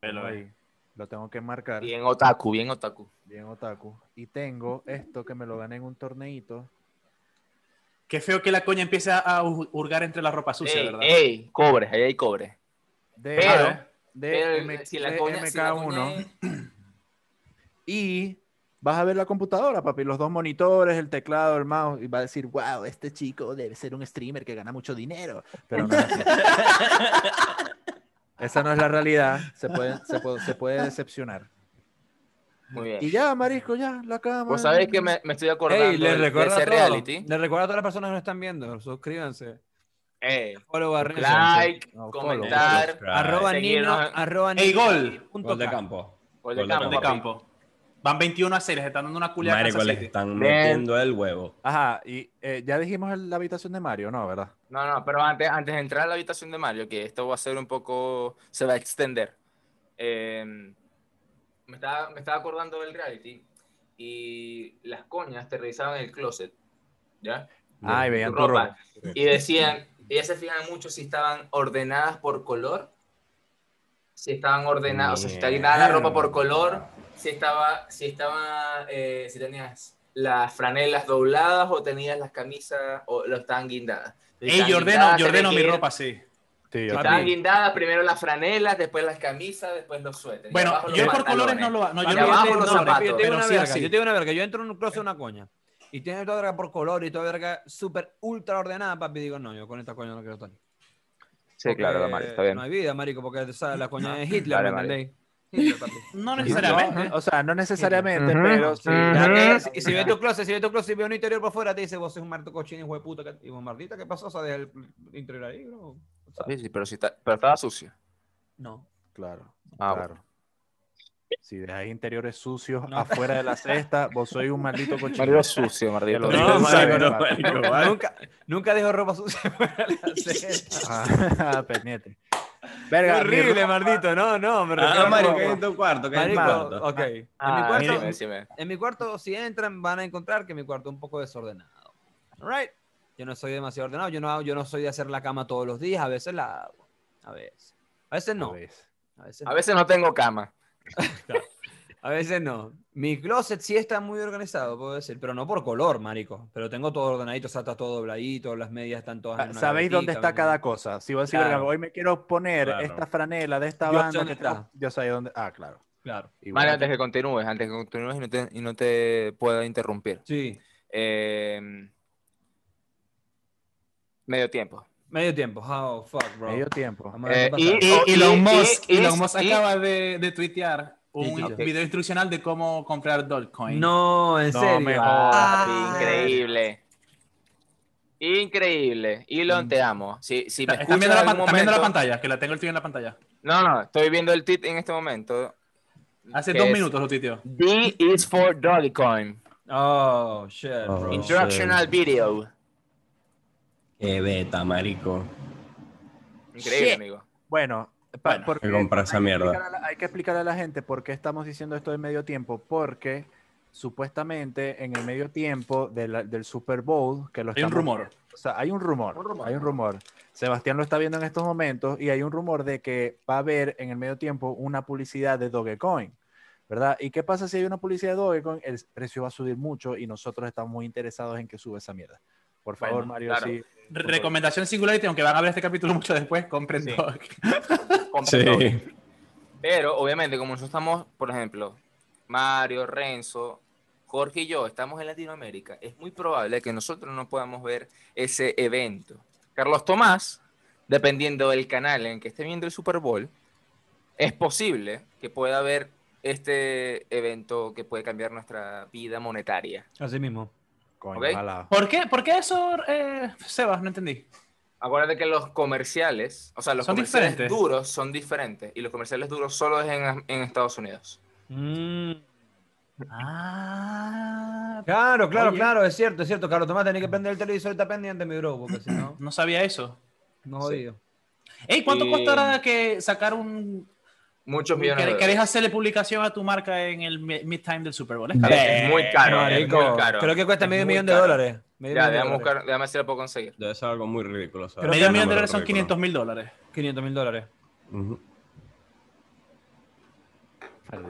Speaker 5: Velo
Speaker 3: Tengo
Speaker 5: ahí.
Speaker 3: ahí. Lo tengo que marcar.
Speaker 4: Bien otaku, bien otaku.
Speaker 3: Bien, otaku. Y tengo esto que me lo gané en un torneito.
Speaker 5: Qué feo que la coña empieza a hu- hurgar entre la ropa sucia,
Speaker 4: Ey,
Speaker 5: ¿verdad? Pues,
Speaker 4: ey, cobre, ahí hay cobre.
Speaker 3: De,
Speaker 4: Pero-
Speaker 3: de
Speaker 4: Pero
Speaker 3: Eh, M-
Speaker 4: si la
Speaker 3: de
Speaker 4: coña, si la
Speaker 3: MK1.
Speaker 4: coña es-
Speaker 3: Y vas a ver la computadora, papi. Los dos monitores, el teclado, el mouse. Y va a decir, wow, este chico debe ser un streamer que gana mucho dinero. Pero no es
Speaker 4: *laughs*
Speaker 3: así. Esa no es la realidad. Se puede, se puede, se puede decepcionar.
Speaker 4: Muy bien.
Speaker 3: Y ya, marisco, ya, la cama.
Speaker 4: Vos sabés que me, me estoy acordando
Speaker 1: Ey, les
Speaker 4: de, de
Speaker 1: recuerdo, a
Speaker 4: ese
Speaker 1: todos,
Speaker 4: reality.
Speaker 1: les recuerdo a todas las personas que nos están viendo. Suscríbanse.
Speaker 4: Ey,
Speaker 1: Follow a Renzo.
Speaker 4: Eh, like,
Speaker 3: No, follow,
Speaker 4: comentar,
Speaker 1: Arroba Nino. ah,
Speaker 4: Seguirnos.
Speaker 1: Arroba
Speaker 5: Ey,
Speaker 1: Nino
Speaker 5: gol.
Speaker 1: punto
Speaker 2: Gol de
Speaker 1: K.
Speaker 2: campo.
Speaker 4: gol de
Speaker 2: Gol de
Speaker 4: campo.
Speaker 5: Gol de
Speaker 4: papi.
Speaker 5: campo. Van 21 a 6, les están dando una culiada. a
Speaker 2: Marico,
Speaker 5: Kansas
Speaker 2: les
Speaker 5: City.
Speaker 2: están
Speaker 4: Bien.
Speaker 2: metiendo el huevo.
Speaker 3: Ajá, y eh, ya dijimos el- la habitación de Mario, ¿no? ¿Verdad?
Speaker 4: No, no, pero antes, antes de entrar a la habitación de Mario, que esto va a ser un poco, se va a extender. Eh, me, estaba, me estaba acordando del reality y las coñas te revisaban el closet, ¿ya?
Speaker 3: Ay, vean
Speaker 4: Tu
Speaker 3: tu ropa.
Speaker 4: ropa. Y decían, ellas se fijaban mucho si estaban ordenadas por color, si estaban ordenadas, o sea, si estaba ordenada la ropa por color, si estaba, si estaba, eh, si tenías las franelas dobladas o tenías las camisas o lo estaban guindadas. Si
Speaker 5: Ey,
Speaker 4: estaban
Speaker 5: yo ordeno,
Speaker 4: guindadas,
Speaker 5: yo ordeno
Speaker 4: tenés
Speaker 5: mi
Speaker 4: que ir-
Speaker 5: ropa así.
Speaker 3: Sí,
Speaker 4: si
Speaker 3: yo-
Speaker 4: Estaban guindadas primero las franelas, después las camisas, después los suéteres. Y
Speaker 5: Bueno,
Speaker 4: abajo los
Speaker 5: yo por colores no
Speaker 4: pantalones.
Speaker 5: lo hago. No,
Speaker 4: Y
Speaker 5: yo
Speaker 4: abajo
Speaker 5: no,
Speaker 4: los
Speaker 5: no,
Speaker 4: zapatos.
Speaker 5: pero-
Speaker 1: Yo tengo
Speaker 5: pero
Speaker 1: una
Speaker 5: sí,
Speaker 1: verga,
Speaker 5: así.
Speaker 1: yo tengo una verga. Yo entro en un closet una coña. Y tiene toda verga por color y toda verga súper ultra ordenada, papi. Digo, no, yo con esta coña no quiero estar. Eh,
Speaker 4: Sí, claro, la Mario, está bien.
Speaker 1: No hay vida, marico, porque o sea, la
Speaker 4: *laughs*
Speaker 1: coña es Hitler,
Speaker 4: Dale,
Speaker 1: ¿me
Speaker 4: Mario.
Speaker 1: entendéis? Hitler, papi.
Speaker 3: No,
Speaker 5: No necesariamente.
Speaker 3: o sea, no necesariamente,
Speaker 4: Ujú.
Speaker 3: pero sí.
Speaker 4: Ujú.
Speaker 1: Ya
Speaker 4: Ujú.
Speaker 1: ves, y si ve tu closet, si ve tu closet y ve un interior por fuera, te dice, vos sos un marto cochino, hijo de puta. que- Y vos, mardita, ¿qué pasó? O sea, deja el interior ahí, bro. O sea,
Speaker 4: Sí, sí, pero, si está, pero estaba sucio.
Speaker 1: no.
Speaker 3: Claro.
Speaker 4: Ah,
Speaker 3: claro. Si dejáis interiores sucios afuera de la cesta, vos sois un maldito cochino.
Speaker 4: Mario es sucio, Mario.
Speaker 3: Te lo
Speaker 2: No,
Speaker 3: digo,
Speaker 2: marico,
Speaker 3: ¿sabes?
Speaker 2: no, marico,
Speaker 4: Ah.
Speaker 2: vale.
Speaker 1: Nunca, nunca dejo ropa sucia *laughs* para
Speaker 4: *laughs*
Speaker 1: la cena.
Speaker 3: Ah, *laughs* pendiente. Verga, mi
Speaker 6: Horrible,
Speaker 3: ropa-
Speaker 6: maldito. No, no, me
Speaker 2: Ah,
Speaker 6: refiero
Speaker 2: marico,
Speaker 6: a-
Speaker 2: ¿qué hay en tu cuarto? ¿Qué hay en tu
Speaker 1: Marico,
Speaker 2: cuarto?
Speaker 1: ok.
Speaker 4: Ah,
Speaker 1: en, mi
Speaker 4: dime,
Speaker 1: cuarto,
Speaker 4: dime.
Speaker 1: en mi cuarto, si entran, van a encontrar que mi cuarto es un poco desordenado. All right. Yo no soy demasiado ordenado. Yo no, hago- yo no soy de hacer la cama todos los días. A veces la hago. A veces. A veces
Speaker 3: A
Speaker 1: no.
Speaker 3: veces.
Speaker 1: A veces,
Speaker 4: A veces no tengo cama.
Speaker 1: *laughs* a veces no. Mi closet sí está muy organizado, puedo decir. Pero no por color, marico. Pero tengo todo ordenadito. O sea, está todo dobladito. Las medias están todas. en
Speaker 3: Ah,
Speaker 1: una
Speaker 3: Sabéis dónde
Speaker 1: gavetita,
Speaker 3: está
Speaker 1: ¿me
Speaker 3: cada cosa. Si vos decís,
Speaker 1: Claro.
Speaker 3: verga, hoy me quiero poner
Speaker 2: Claro.
Speaker 3: esta franela de esta
Speaker 1: Yo sé
Speaker 3: banda.
Speaker 1: dónde
Speaker 3: que tengo-
Speaker 1: está.
Speaker 3: Yo sé dónde. Ah, claro.
Speaker 1: entiendes? Claro.
Speaker 3: Igual
Speaker 4: Mario,
Speaker 3: que-
Speaker 4: antes que continúes, antes que continúes y no te, y no te pueda interrumpir.
Speaker 1: Sí.
Speaker 4: Eh, medio tiempo.
Speaker 1: Medio tiempo. Oh, fuck, bro.
Speaker 3: Medio tiempo.
Speaker 1: Vamos a ver
Speaker 4: Eh,
Speaker 1: qué pasa.
Speaker 4: y-
Speaker 5: Y Elon Musk,
Speaker 4: y-
Speaker 5: Elon Musk
Speaker 4: y-
Speaker 5: acaba de, de tuitear
Speaker 1: Y-
Speaker 5: un
Speaker 1: Ok.
Speaker 5: video instruccional de cómo comprar Dogecoin.
Speaker 1: No, en
Speaker 3: No,
Speaker 1: serio.
Speaker 3: me
Speaker 1: Ah,
Speaker 4: Increíble. Increíble. Elon, te amo. Si, si me
Speaker 5: ¿Estás
Speaker 4: escuchas
Speaker 5: viendo,
Speaker 4: en
Speaker 5: la,
Speaker 4: algún
Speaker 5: pan- estás viendo la
Speaker 4: momento-
Speaker 5: pantalla? Que la tengo el tuyo en la pantalla.
Speaker 4: No, no, estoy viendo el tweet en este momento.
Speaker 5: Hace
Speaker 4: que
Speaker 5: dos
Speaker 4: es,
Speaker 5: minutos lo tuiteó.
Speaker 4: D is for Dogecoin.
Speaker 1: Oh, shit, bro.
Speaker 2: Oh.
Speaker 4: Instructional video.
Speaker 2: Qué beta, marico.
Speaker 4: Increíble,
Speaker 7: Shit.
Speaker 4: amigo.
Speaker 3: Bueno, pa-
Speaker 5: Bueno,
Speaker 3: porque
Speaker 2: me compra esa
Speaker 3: hay que
Speaker 2: mierda.
Speaker 3: explicar a la- hay que explicarle a la gente por qué estamos diciendo esto de medio tiempo, porque supuestamente en el medio tiempo de la- del Super Bowl, que lo
Speaker 5: Hay un
Speaker 3: estamos-
Speaker 5: rumor.
Speaker 3: o sea, hay un rumor, hay un rumor. Sebastián lo está viendo en estos momentos y hay un rumor de que va a haber en el medio tiempo una publicidad de Dogecoin, ¿verdad? ¿Y qué pasa si hay una publicidad de Dogecoin? El precio va a subir mucho y nosotros estamos muy interesados en que suba esa mierda. Por favor,
Speaker 4: Bueno,
Speaker 3: Mario,
Speaker 4: claro.
Speaker 3: sí.
Speaker 5: Recomendación Singularity, aunque van a ver este capítulo mucho después, compren
Speaker 4: Sí.
Speaker 5: Dog.
Speaker 4: compra todo. Pero obviamente, como nosotros estamos, por ejemplo, Mario, Renzo, Jorge y yo estamos en Latinoamérica, es muy probable que nosotros no podamos ver ese evento. Carlos Tomás, dependiendo del canal en que esté viendo el Super Bowl, es posible que pueda ver este evento que puede cambiar nuestra vida monetaria.
Speaker 1: Así mismo.
Speaker 3: Coño,
Speaker 4: Ok.
Speaker 3: ojalá.
Speaker 5: ¿Por qué, ¿Por qué eso, eh, Sebas? No entendí.
Speaker 4: Acuérdate que los comerciales, o sea, los
Speaker 5: Son
Speaker 4: comerciales
Speaker 5: diferentes.
Speaker 4: duros son diferentes y los comerciales duros solo es en, en Estados Unidos.
Speaker 5: Ah,
Speaker 1: Claro, claro,
Speaker 5: Oye.
Speaker 1: claro, es cierto, es cierto. Carlos Tomás tenés que prender el televisor, está pendiente, mi bro, porque si no,
Speaker 5: no sabía eso.
Speaker 1: no jodido.
Speaker 5: Ey, ¿cuánto
Speaker 4: Y-
Speaker 5: costará que sacar un...
Speaker 4: Muchos
Speaker 5: que-
Speaker 4: millones de
Speaker 5: ¿Querés
Speaker 4: dólares.
Speaker 5: hacerle publicación a tu marca en el mi- midtime del Super Bowl? ¿eh? Es
Speaker 4: Es-
Speaker 5: caro.
Speaker 4: Es muy caro, es
Speaker 1: Eh, Marico,
Speaker 4: muy caro.
Speaker 1: Creo que cuesta
Speaker 4: Es
Speaker 1: medio
Speaker 4: muy
Speaker 1: millón de
Speaker 4: caro.
Speaker 1: dólares. Medio
Speaker 4: Ya,
Speaker 1: millón de
Speaker 4: déjame,
Speaker 1: dólares.
Speaker 4: buscar, déjame ver si lo puedo conseguir.
Speaker 2: Debe ser algo muy ridículo, ¿sabes?
Speaker 5: Medio
Speaker 2: Un
Speaker 5: millón de
Speaker 2: número
Speaker 5: dólares son
Speaker 2: ridículo.
Speaker 5: 500 mil dólares.
Speaker 1: 500 mil dólares.
Speaker 2: Ujú.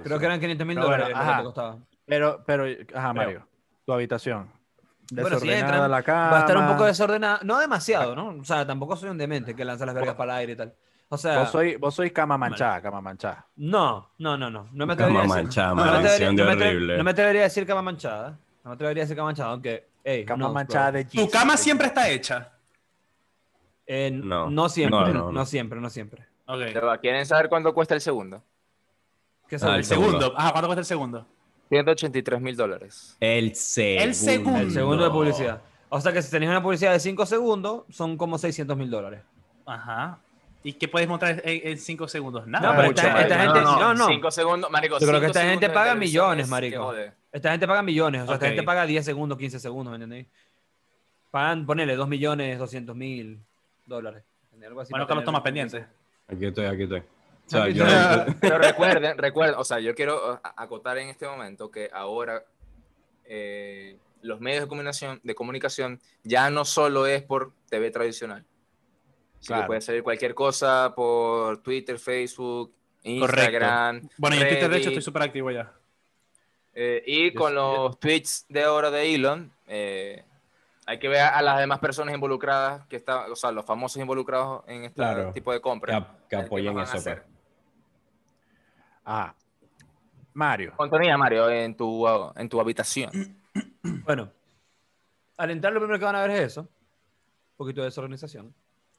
Speaker 1: Creo que eran 500 mil
Speaker 3: Pero bueno,
Speaker 1: dólares lo
Speaker 3: ajá.
Speaker 1: que te costaba.
Speaker 3: Pero, pero, ajá, Mario, tu habitación.
Speaker 1: Bueno, si
Speaker 3: Desordenada
Speaker 1: entran,
Speaker 3: la cama.
Speaker 1: Va a estar un poco desordenada. No demasiado, ¿no? O sea, tampoco soy un demente que lanza las vergas para el aire y tal. O sea,
Speaker 3: Vos sois, vos sois cama manchada, cama manchada.
Speaker 1: no, no, no, no. No me atrevería
Speaker 2: Cama
Speaker 1: a decir.
Speaker 2: manchada,
Speaker 1: No me, atrevería,
Speaker 2: maldición de
Speaker 1: no me atre-
Speaker 2: horrible.
Speaker 1: no me atrevería a decir cama manchada. No me atrevería a decir cama manchada, aunque. Hey,
Speaker 3: Cama
Speaker 1: no,
Speaker 3: manchada de
Speaker 5: Tu
Speaker 3: jeans.
Speaker 5: cama siempre está hecha.
Speaker 1: Eh, no.
Speaker 2: No.
Speaker 1: siempre, no,
Speaker 2: No, no, no.
Speaker 1: siempre, no siempre.
Speaker 5: Ok.
Speaker 4: Pero, ¿Quieren saber cuánto cuesta el segundo?
Speaker 1: ¿Qué
Speaker 2: Ah,
Speaker 5: El
Speaker 2: el
Speaker 1: sabes?
Speaker 5: segundo.
Speaker 2: segundo.
Speaker 5: Ah, ¿cuánto cuesta el segundo?
Speaker 4: 183 mil dólares.
Speaker 2: El segundo.
Speaker 5: El segundo.
Speaker 1: el segundo de publicidad. O sea que si tenés una publicidad de 5 segundos, son como 600 mil dólares.
Speaker 5: Ajá. ¿Y qué puedes mostrar en 5 segundos? Nada.
Speaker 1: No, pero
Speaker 4: Mucho,
Speaker 1: esta-
Speaker 4: marico.
Speaker 1: esta gente- no, no.
Speaker 4: 5 segundos, marico.
Speaker 1: Yo creo que
Speaker 4: cinco
Speaker 1: esta gente
Speaker 4: segundos de
Speaker 1: paga
Speaker 4: televisión
Speaker 1: millones,
Speaker 4: es-
Speaker 1: marico.
Speaker 4: que jode.
Speaker 1: Esta gente paga millones, o sea, esta
Speaker 5: Ok.
Speaker 1: gente paga 10 segundos, 15 segundos, ¿me entendéis? Pagan, ponele, 2 millones 200 mil dólares. Algo así
Speaker 5: bueno,
Speaker 1: para
Speaker 5: Carlos,
Speaker 1: tener-
Speaker 5: toma pendiente.
Speaker 2: Aquí estoy, aquí estoy. O sea,
Speaker 1: Aquí
Speaker 2: yo-
Speaker 1: está.
Speaker 4: Pero recuerden, recuerden, o sea, yo quiero eh, acotar en este momento que ahora eh, los medios de comunicación, de comunicación ya no solo es por TV tradicional. Si
Speaker 3: Claro.
Speaker 4: puede salir cualquier cosa por Twitter, Facebook, Instagram.
Speaker 5: Bueno, yo en Twitter, de hecho,
Speaker 4: Reddit.
Speaker 5: estoy súper activo ya.
Speaker 4: Eh, y
Speaker 1: Yo
Speaker 4: con
Speaker 1: sé-
Speaker 4: los tweets de ahora de Elon, eh, hay que ver a las demás personas involucradas, que está, o sea, los famosos involucrados en este
Speaker 2: Claro.
Speaker 4: tipo de
Speaker 2: que,
Speaker 4: compra.
Speaker 2: ap- que apoyen
Speaker 4: ¿Qué más
Speaker 2: eso.
Speaker 4: van a
Speaker 2: pues.
Speaker 4: hacer?
Speaker 3: Ajá. Ah. Mario,
Speaker 4: Contonía, Mario, en tu, ah, en tu habitación.
Speaker 1: Bueno, alentar lo primero que van a ver es eso. Un poquito de desorganización.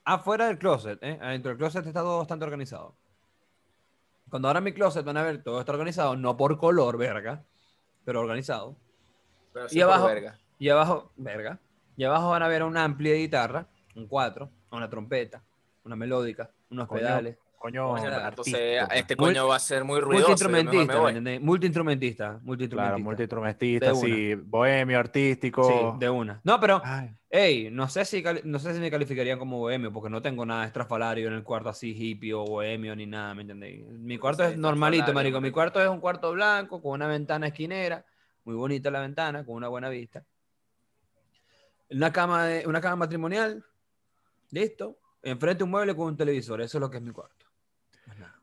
Speaker 1: Afuera del closet, ¿eh? Adentro del closet está todo bastante organizado. Cuando ahora mi closet van a ver, todo está organizado, no por color, verga, pero organizado.
Speaker 4: Pero
Speaker 1: Y
Speaker 4: por
Speaker 1: abajo-
Speaker 4: verga.
Speaker 1: Y abajo, verga. Y abajo van a ver una amplia guitarra, un cuatro, una trompeta, una melódica, unos
Speaker 3: Coño,
Speaker 1: pedales.
Speaker 3: coño.
Speaker 1: Coño,
Speaker 3: artista,
Speaker 4: Entonces,
Speaker 3: pues.
Speaker 4: este
Speaker 1: Mul-
Speaker 4: coño va a ser muy ruidoso. yo mejor me
Speaker 1: Multiinstrumentista, ¿me
Speaker 4: voy.
Speaker 1: entendés? Multiinstrumentista,
Speaker 3: Claro,
Speaker 1: multiinstrumentista.
Speaker 3: multiinstrumentista,
Speaker 1: De una.
Speaker 3: sí, bohemio, artístico.
Speaker 1: Sí, de una. No, pero,
Speaker 3: Ay,
Speaker 1: hey, no sé, si cali- no sé si me calificarían como bohemio, porque no tengo nada estrafalario en el cuarto así hippie o bohemio ni nada, ¿me entendéis? Mi cuarto
Speaker 4: Sí,
Speaker 1: es normalito,
Speaker 4: estrafalario,
Speaker 1: marico. Mi
Speaker 4: marico.
Speaker 1: cuarto es un cuarto blanco con una ventana esquinera, muy bonita la ventana, con una buena vista. Una cama, de, una cama matrimonial, listo. Enfrente un mueble con un televisor, eso es lo que es mi cuarto. Más nada.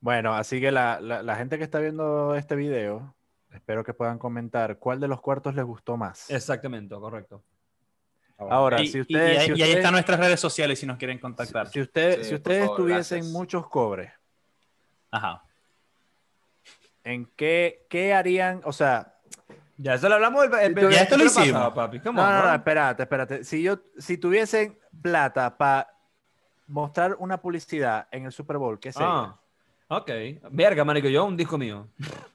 Speaker 3: Bueno, así que la, la- la gente que está viendo este video, espero que puedan comentar cuál de los cuartos les gustó más.
Speaker 1: Exactamente, correcto.
Speaker 3: Ahora,
Speaker 5: Y,
Speaker 3: si
Speaker 5: y-
Speaker 3: ustedes,
Speaker 5: y ahí-
Speaker 3: si
Speaker 5: y ahí
Speaker 3: ustedes-
Speaker 5: están nuestras redes sociales si nos quieren contactar.
Speaker 3: si ustedes-
Speaker 4: Sí,
Speaker 3: si
Speaker 4: por
Speaker 3: ustedes
Speaker 4: favor,
Speaker 3: tuviesen
Speaker 4: gracias.
Speaker 3: muchos cobres,
Speaker 5: Ajá.
Speaker 3: ¿en qué, qué harían? O sea,
Speaker 1: Ya, eso lo hablamos el, el-
Speaker 3: Ya
Speaker 1: el-
Speaker 5: esto lo
Speaker 1: el-
Speaker 5: hicimos.
Speaker 1: pasado, papi. Come
Speaker 3: no,
Speaker 1: on,
Speaker 3: no, no,
Speaker 1: bro.
Speaker 3: espérate, espérate. Si yo, si tuviesen plata para mostrar una publicidad en el Super Bowl, ¿qué sería?
Speaker 1: Ah, ok. Verga, marico, yo un disco mío.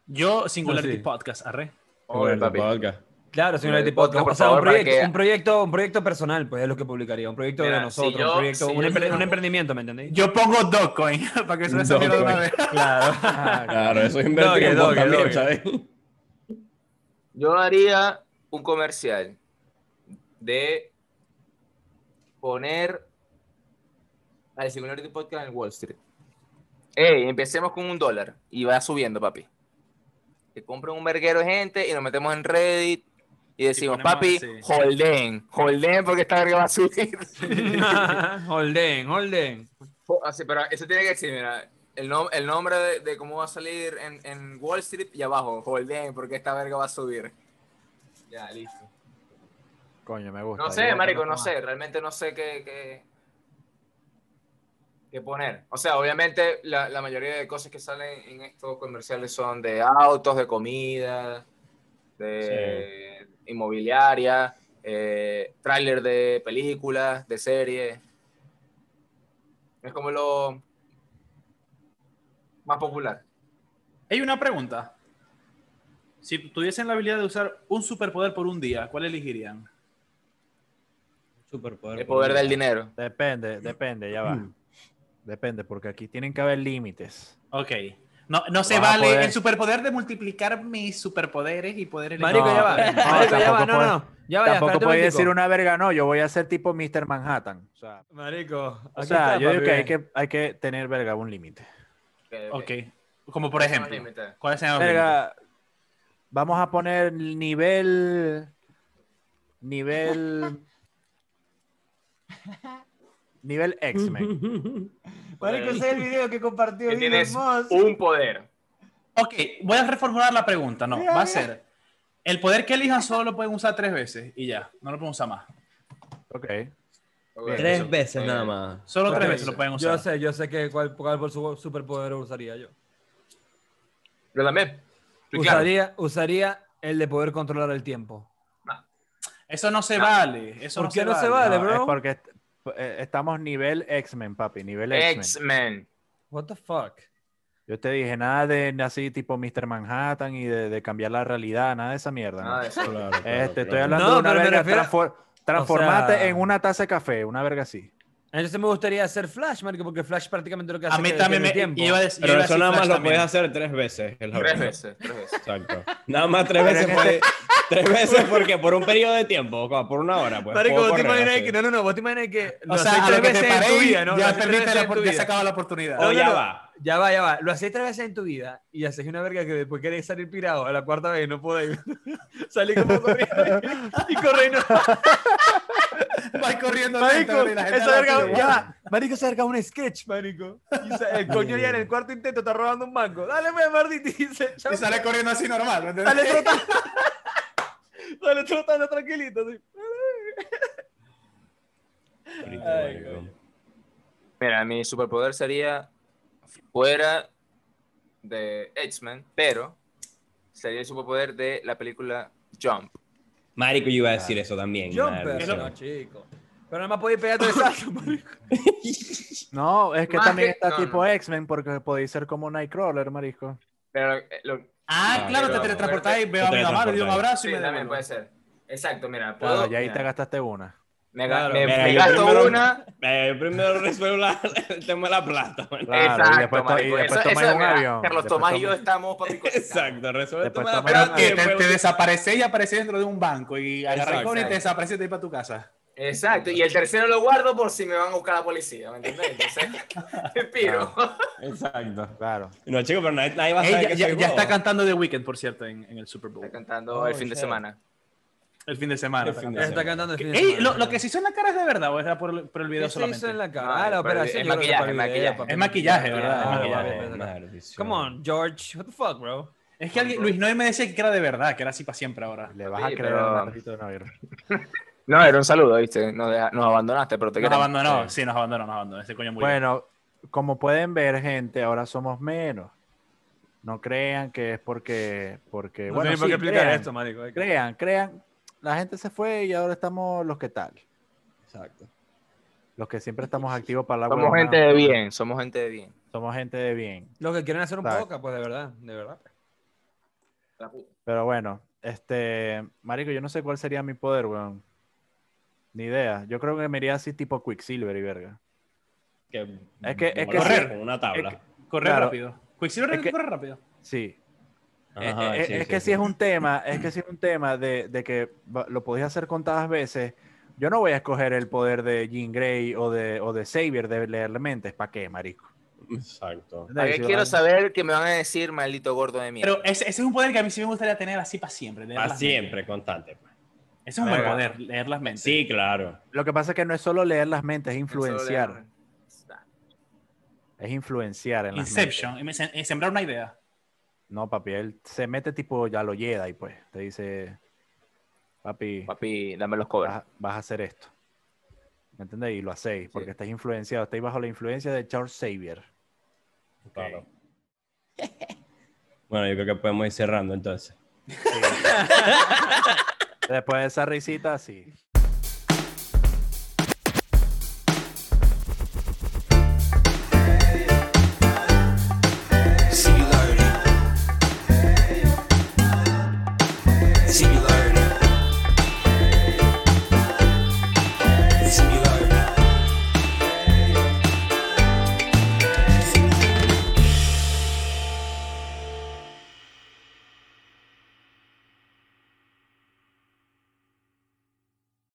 Speaker 5: Yo, Singularity
Speaker 1: No, sí.
Speaker 5: Podcast, arre.
Speaker 4: Oye, papi.
Speaker 2: Podcast.
Speaker 1: Claro, señor
Speaker 4: Pero el
Speaker 1: Leti Podcast.
Speaker 4: podcast, por
Speaker 1: O sea, un
Speaker 4: favor, para
Speaker 1: proyecto,
Speaker 4: que-
Speaker 1: un, proyecto, un proyecto personal, pues es lo que publicaría. Un proyecto
Speaker 4: Mira,
Speaker 1: de nosotros,
Speaker 4: si yo-
Speaker 1: un, proyecto,
Speaker 4: si
Speaker 1: un,
Speaker 4: yo
Speaker 1: empre-
Speaker 4: quiero-
Speaker 1: un emprendimiento, ¿me entendéis?
Speaker 5: *laughs* Yo pongo Dogecoin *laughs* para que se me salga de una
Speaker 2: Dogecoin.
Speaker 5: vez.
Speaker 1: Claro.
Speaker 3: Ah,
Speaker 2: Claro, eso es invertir
Speaker 1: Doge,
Speaker 2: en
Speaker 1: doge,
Speaker 2: vos también,
Speaker 1: doge.
Speaker 2: ¿sabes?
Speaker 4: Yo haría un comercial de poner al Singularity Podcast en Wall Street. Ey, empecemos con un dólar y va subiendo, papi. Que compren un verguero de gente y nos metemos en Reddit y decimos,
Speaker 5: ponemos
Speaker 4: papi,
Speaker 5: así.
Speaker 4: holden, holden porque esta verga va a *laughs* subir.
Speaker 1: holden, holden.
Speaker 4: Jo- Oh, Así, pero eso tiene que decir, mira, el, nom- el nombre de, de cómo va a salir en, en Wall Street y abajo, holden porque esta verga va a subir. Ya, listo.
Speaker 3: Coño, me gusta.
Speaker 4: No
Speaker 3: Yo
Speaker 4: sé,
Speaker 3: la
Speaker 4: marico, no
Speaker 3: conozco
Speaker 4: sé. Realmente no sé qué, qué, qué poner. O sea, obviamente la, la mayoría de cosas que salen en estos comerciales son de autos, de comida, de inmobiliaria, eh, tráiler de películas, de series. Es como lo más popular.
Speaker 5: Hay una pregunta. Si tuviesen la habilidad de usar un superpoder por un día, ¿cuál elegirían?
Speaker 8: Superpoder.
Speaker 4: El poder del dinero.
Speaker 3: más. Depende, depende, ya va. Depende, porque aquí tienen que haber límites.
Speaker 5: Ok. No, no se
Speaker 3: Vas a
Speaker 5: vale
Speaker 3: poder.
Speaker 5: el superpoder de multiplicar mis superpoderes y poderes.
Speaker 1: Marico, ya va.
Speaker 3: No,
Speaker 1: Marico, ya va.
Speaker 3: tampoco
Speaker 1: *laughs* No, no, no. Ya va, ya,
Speaker 3: Tampoco
Speaker 1: espérate un
Speaker 3: podéis
Speaker 1: momentico.
Speaker 3: decir una verga, no, yo voy a ser tipo Mr. Manhattan. O sea,
Speaker 6: Marico.
Speaker 3: o
Speaker 6: aquí
Speaker 3: sea,
Speaker 6: está,
Speaker 3: yo digo
Speaker 6: papi,
Speaker 3: que
Speaker 6: ven.
Speaker 3: hay, que hay que tener verga un límite.
Speaker 5: Ok. Como por ejemplo. ¿Cuáles serían los límites?
Speaker 3: Verga, vamos a poner nivel. Nivel. Nivel X-Men.
Speaker 6: Marico, ese es el video que compartió
Speaker 4: Que
Speaker 6: Elon
Speaker 4: tienes
Speaker 6: Musk.
Speaker 4: un poder.
Speaker 5: Ok, voy a reformular la pregunta. No, va a ser. El poder que elijan solo lo pueden usar tres veces y ya. No lo pueden usar más.
Speaker 3: Ok.
Speaker 8: Tres veces
Speaker 4: Eh,
Speaker 8: nada más.
Speaker 5: Solo tres
Speaker 6: Ok.
Speaker 5: veces lo pueden
Speaker 6: Yo
Speaker 5: usar.
Speaker 6: sé, yo sé que cuál, cuál por su superpoder usaría yo.
Speaker 4: Yo también. Sí, claro.
Speaker 1: Usaría, usaría el de poder controlar el tiempo.
Speaker 5: Eso no se vale. Eso
Speaker 1: ¿Por
Speaker 5: no
Speaker 1: qué
Speaker 5: se
Speaker 1: no se
Speaker 5: vale.
Speaker 1: vale,
Speaker 3: No,
Speaker 1: bro?
Speaker 3: Es porque est- eh, estamos nivel X-Men, papi, nivel X-Men.
Speaker 4: X-Men.
Speaker 1: What the fuck?
Speaker 3: Yo te dije nada de así tipo Mr. Manhattan y de, de cambiar la realidad, nada de esa mierda. ¿no?
Speaker 4: Ah, eso.
Speaker 2: Claro,
Speaker 3: Este,
Speaker 2: claro,
Speaker 3: Estoy
Speaker 2: claro.
Speaker 3: hablando
Speaker 1: No,
Speaker 3: de una
Speaker 1: pero me
Speaker 3: verga.
Speaker 1: refiero-
Speaker 3: transfor- transformate
Speaker 1: sea-
Speaker 3: en una taza de café, una verga así.
Speaker 1: Entonces me gustaría hacer Flash, marico, porque Flash prácticamente lo que hace
Speaker 5: A mí
Speaker 1: es que
Speaker 5: también me
Speaker 1: detiene el tiempo.
Speaker 5: iba a decir.
Speaker 2: Pero
Speaker 5: iba a
Speaker 2: eso
Speaker 5: decir
Speaker 2: nada más
Speaker 5: Flash
Speaker 2: lo
Speaker 5: también.
Speaker 2: puedes hacer tres veces. es la
Speaker 4: Tres
Speaker 2: verdad.
Speaker 4: veces, tres veces.
Speaker 2: Exacto. Nada más tres veces. puede- Tres veces porque por un periodo de tiempo, como por una hora. Pues,
Speaker 1: Marico,
Speaker 2: puedo
Speaker 1: vos te
Speaker 2: correr
Speaker 1: imaginas
Speaker 2: así.
Speaker 1: que. No, no, no, vos te imaginas que.
Speaker 5: O sea, a lo que te paré, ya perdiste la
Speaker 1: oportunidad.
Speaker 5: oportunidad. se acaba la
Speaker 2: O
Speaker 5: oportunidad.
Speaker 1: No, no,
Speaker 2: Oh, ya
Speaker 1: no.
Speaker 2: va.
Speaker 1: Ya va, ya va. Lo hacéis tres veces en tu vida y haces una verga que después querés salir pirado a la cuarta vez y no podéis. *laughs* Salí *laughs* como corriendo y corriendo.
Speaker 5: Vas corriendo lento,
Speaker 1: Marico,
Speaker 5: y la gente
Speaker 1: esa
Speaker 5: habla
Speaker 1: verga,
Speaker 5: así.
Speaker 1: ya va. Marico, esa verga es un sketch, marico. Y sa- el coño ya en el cuarto intento está robando un banco. Dale, pues, Marditi. Y dice, chao.
Speaker 5: Y sale corriendo así normal. ¿me entiendes?
Speaker 1: Dale trotando. *laughs* Dale trotando tranquilito. así.
Speaker 2: Ahorita, marico.
Speaker 4: Mira, mi superpoder sería fuera de X-Men, pero sería el superpoder de la película Jump.
Speaker 2: Marico, yo iba a decir eso también.
Speaker 1: Jumper.
Speaker 2: marico.
Speaker 1: No, chico. Pero nada más podéis pegar tres saltos, marico.
Speaker 3: No, es que
Speaker 4: Más
Speaker 3: también
Speaker 4: que-
Speaker 3: está
Speaker 4: no,
Speaker 3: tipo
Speaker 4: no.
Speaker 3: X-Men porque podéis ser como Nightcrawler, marisco.
Speaker 4: Pero eh, lo-
Speaker 5: Ah,
Speaker 2: Ah,
Speaker 5: claro, te
Speaker 2: claro.
Speaker 5: teletransportáis, veo a
Speaker 2: Te
Speaker 5: mi mamá, le doy un
Speaker 2: teletransportáis.
Speaker 5: abrazo
Speaker 4: sí,
Speaker 5: y me
Speaker 4: también
Speaker 5: devuelvo.
Speaker 4: puede ser. Exacto, mira, puedo.
Speaker 3: Claro, y ahí
Speaker 4: mira,
Speaker 3: te gastaste una.
Speaker 4: me ga-
Speaker 1: Claro.
Speaker 4: me-
Speaker 2: Mira,
Speaker 4: me
Speaker 2: yo
Speaker 4: gasto
Speaker 2: primero-
Speaker 4: una.
Speaker 2: Eh, yo primero resuelvo la- *laughs* el tema de la plata. marico.
Speaker 3: Claro, y
Speaker 4: Exacto,
Speaker 3: después to- y
Speaker 4: marico,
Speaker 3: después
Speaker 4: eso-
Speaker 3: tomáis
Speaker 4: eso,
Speaker 3: un
Speaker 4: mira,
Speaker 3: avión,
Speaker 4: Carlos
Speaker 3: después
Speaker 4: Tomás y yo
Speaker 3: tomáis-
Speaker 4: estamos papi, con-
Speaker 2: Exacto, resuelve el tema
Speaker 3: Después
Speaker 2: de la
Speaker 3: tomas-
Speaker 2: plata.
Speaker 5: Pero
Speaker 2: y
Speaker 5: que te,
Speaker 2: después-
Speaker 5: te desapareces y apareces dentro de un banco y agarras
Speaker 2: Exacto.
Speaker 5: con y te desapareces y te vas para tu casa.
Speaker 4: Exacto, y el tercero lo guardo por si me van a buscar la policía, ¿me entiendes? Entonces, *laughs* te piro.
Speaker 2: Exacto.
Speaker 3: Claro.
Speaker 2: No, chicos, pero nadie, nadie va a
Speaker 5: Ey,
Speaker 2: saber
Speaker 5: ya
Speaker 2: que
Speaker 5: ya-
Speaker 2: soy
Speaker 5: ya
Speaker 2: vos.
Speaker 5: está cantando The Weeknd, por cierto, en, en el Super Bowl.
Speaker 4: Está cantando
Speaker 3: Oh,
Speaker 4: el fin de semana.
Speaker 5: El fin de semana.
Speaker 2: El
Speaker 5: está
Speaker 2: fin de
Speaker 5: cantando.
Speaker 1: Está cantando el fin de
Speaker 5: Ey,
Speaker 1: semana.
Speaker 5: lo, lo que se hizo en la cara es de verdad o era por el, por el video
Speaker 1: ¿Qué se
Speaker 5: solamente?
Speaker 1: hizo en la
Speaker 4: No,
Speaker 1: cara? Ah, la
Speaker 4: es
Speaker 1: operación.
Speaker 4: maquillaje,
Speaker 1: yo creo que
Speaker 4: es
Speaker 1: para el
Speaker 4: maquillaje.
Speaker 1: video, papi.
Speaker 5: Es maquillaje, ¿verdad?
Speaker 1: Ah,
Speaker 5: Es
Speaker 1: vale,
Speaker 5: maquillaje.
Speaker 1: vale, vale.
Speaker 2: maldición.
Speaker 1: Come on, George. What the fuck, bro?
Speaker 5: Es que alguien, Luis Noy me decía que era de verdad, que era así para siempre ahora.
Speaker 3: Le vas a
Speaker 4: Sí,
Speaker 3: creer
Speaker 4: pero-
Speaker 3: al maldito de Navidad.
Speaker 4: No, era un saludo, ¿viste? Nos, deja- nos abandonaste, pero te
Speaker 5: Nos
Speaker 4: queremos.
Speaker 5: abandonó, sí, nos abandonó, nos abandonó. Ese coño murió.
Speaker 3: Bueno, como pueden ver, gente, ahora somos menos. No crean que es porque. porque
Speaker 6: No
Speaker 3: bueno,
Speaker 6: sé por
Speaker 3: sí,
Speaker 6: qué explicar
Speaker 5: eh.
Speaker 3: crean,
Speaker 6: esto, marico. Hay que-
Speaker 3: crean, crean. La gente se fue y ahora estamos los que tal.
Speaker 6: Exacto.
Speaker 3: Los que siempre estamos activos para la
Speaker 4: Somos
Speaker 3: huevonada.
Speaker 4: gente de bien, somos gente de bien.
Speaker 3: Somos gente de bien.
Speaker 1: Los que quieren hacer un
Speaker 3: Exacto.
Speaker 1: podcast, pues de verdad, de verdad.
Speaker 4: La puta.
Speaker 3: Pero bueno, este, marico, yo no sé cuál sería mi poder, weón. Ni idea. Yo creo que me iría así tipo Quicksilver y verga. Es que- es que
Speaker 2: correr
Speaker 5: sí.
Speaker 2: con una tabla.
Speaker 3: Es
Speaker 5: Correr
Speaker 3: claro.
Speaker 5: rápido. Quicksilver
Speaker 3: Es que-
Speaker 5: corre rápido.
Speaker 3: Sí.
Speaker 2: Ajá,
Speaker 3: Eh, eh,
Speaker 2: sí,
Speaker 3: es
Speaker 2: sí,
Speaker 3: que
Speaker 2: sí.
Speaker 3: si es un tema, es que si es un tema de, de que va- lo podías hacer contadas veces, yo no voy a escoger el poder de Jean Grey o de, o de Xavier de leerle mentes. ¿Para qué, marico?
Speaker 2: Exacto.
Speaker 4: ¿Para qué
Speaker 3: Si
Speaker 4: quiero
Speaker 3: van-
Speaker 4: saber que me van a decir maldito gordo de mierda?
Speaker 5: Pero ese, ese es un poder que a mí sí me gustaría tener así para siempre. leer
Speaker 2: Para
Speaker 5: las
Speaker 2: Ah, siempre, constante. pues.
Speaker 5: mentes. Ese es un buen
Speaker 3: Verga.
Speaker 5: poder, leer las mentes.
Speaker 2: Sí, claro.
Speaker 3: Lo que pasa es que no es solo leer las mentes, es influenciar. Es influenciar en las mentes.
Speaker 5: Inception, y me sem- y sembrar una idea.
Speaker 3: No, papi, él se mete tipo ya lo Jedi, pues. Te dice, papi,
Speaker 4: Papi, dame los cobres.
Speaker 3: vas, vas a hacer esto. ¿Me entendéis? Y lo hacéis, porque estáis influenciados, estáis bajo la influencia de Charles Xavier.
Speaker 2: Claro. Bueno, yo creo que podemos ir cerrando entonces.
Speaker 3: Después de esa risita, sí.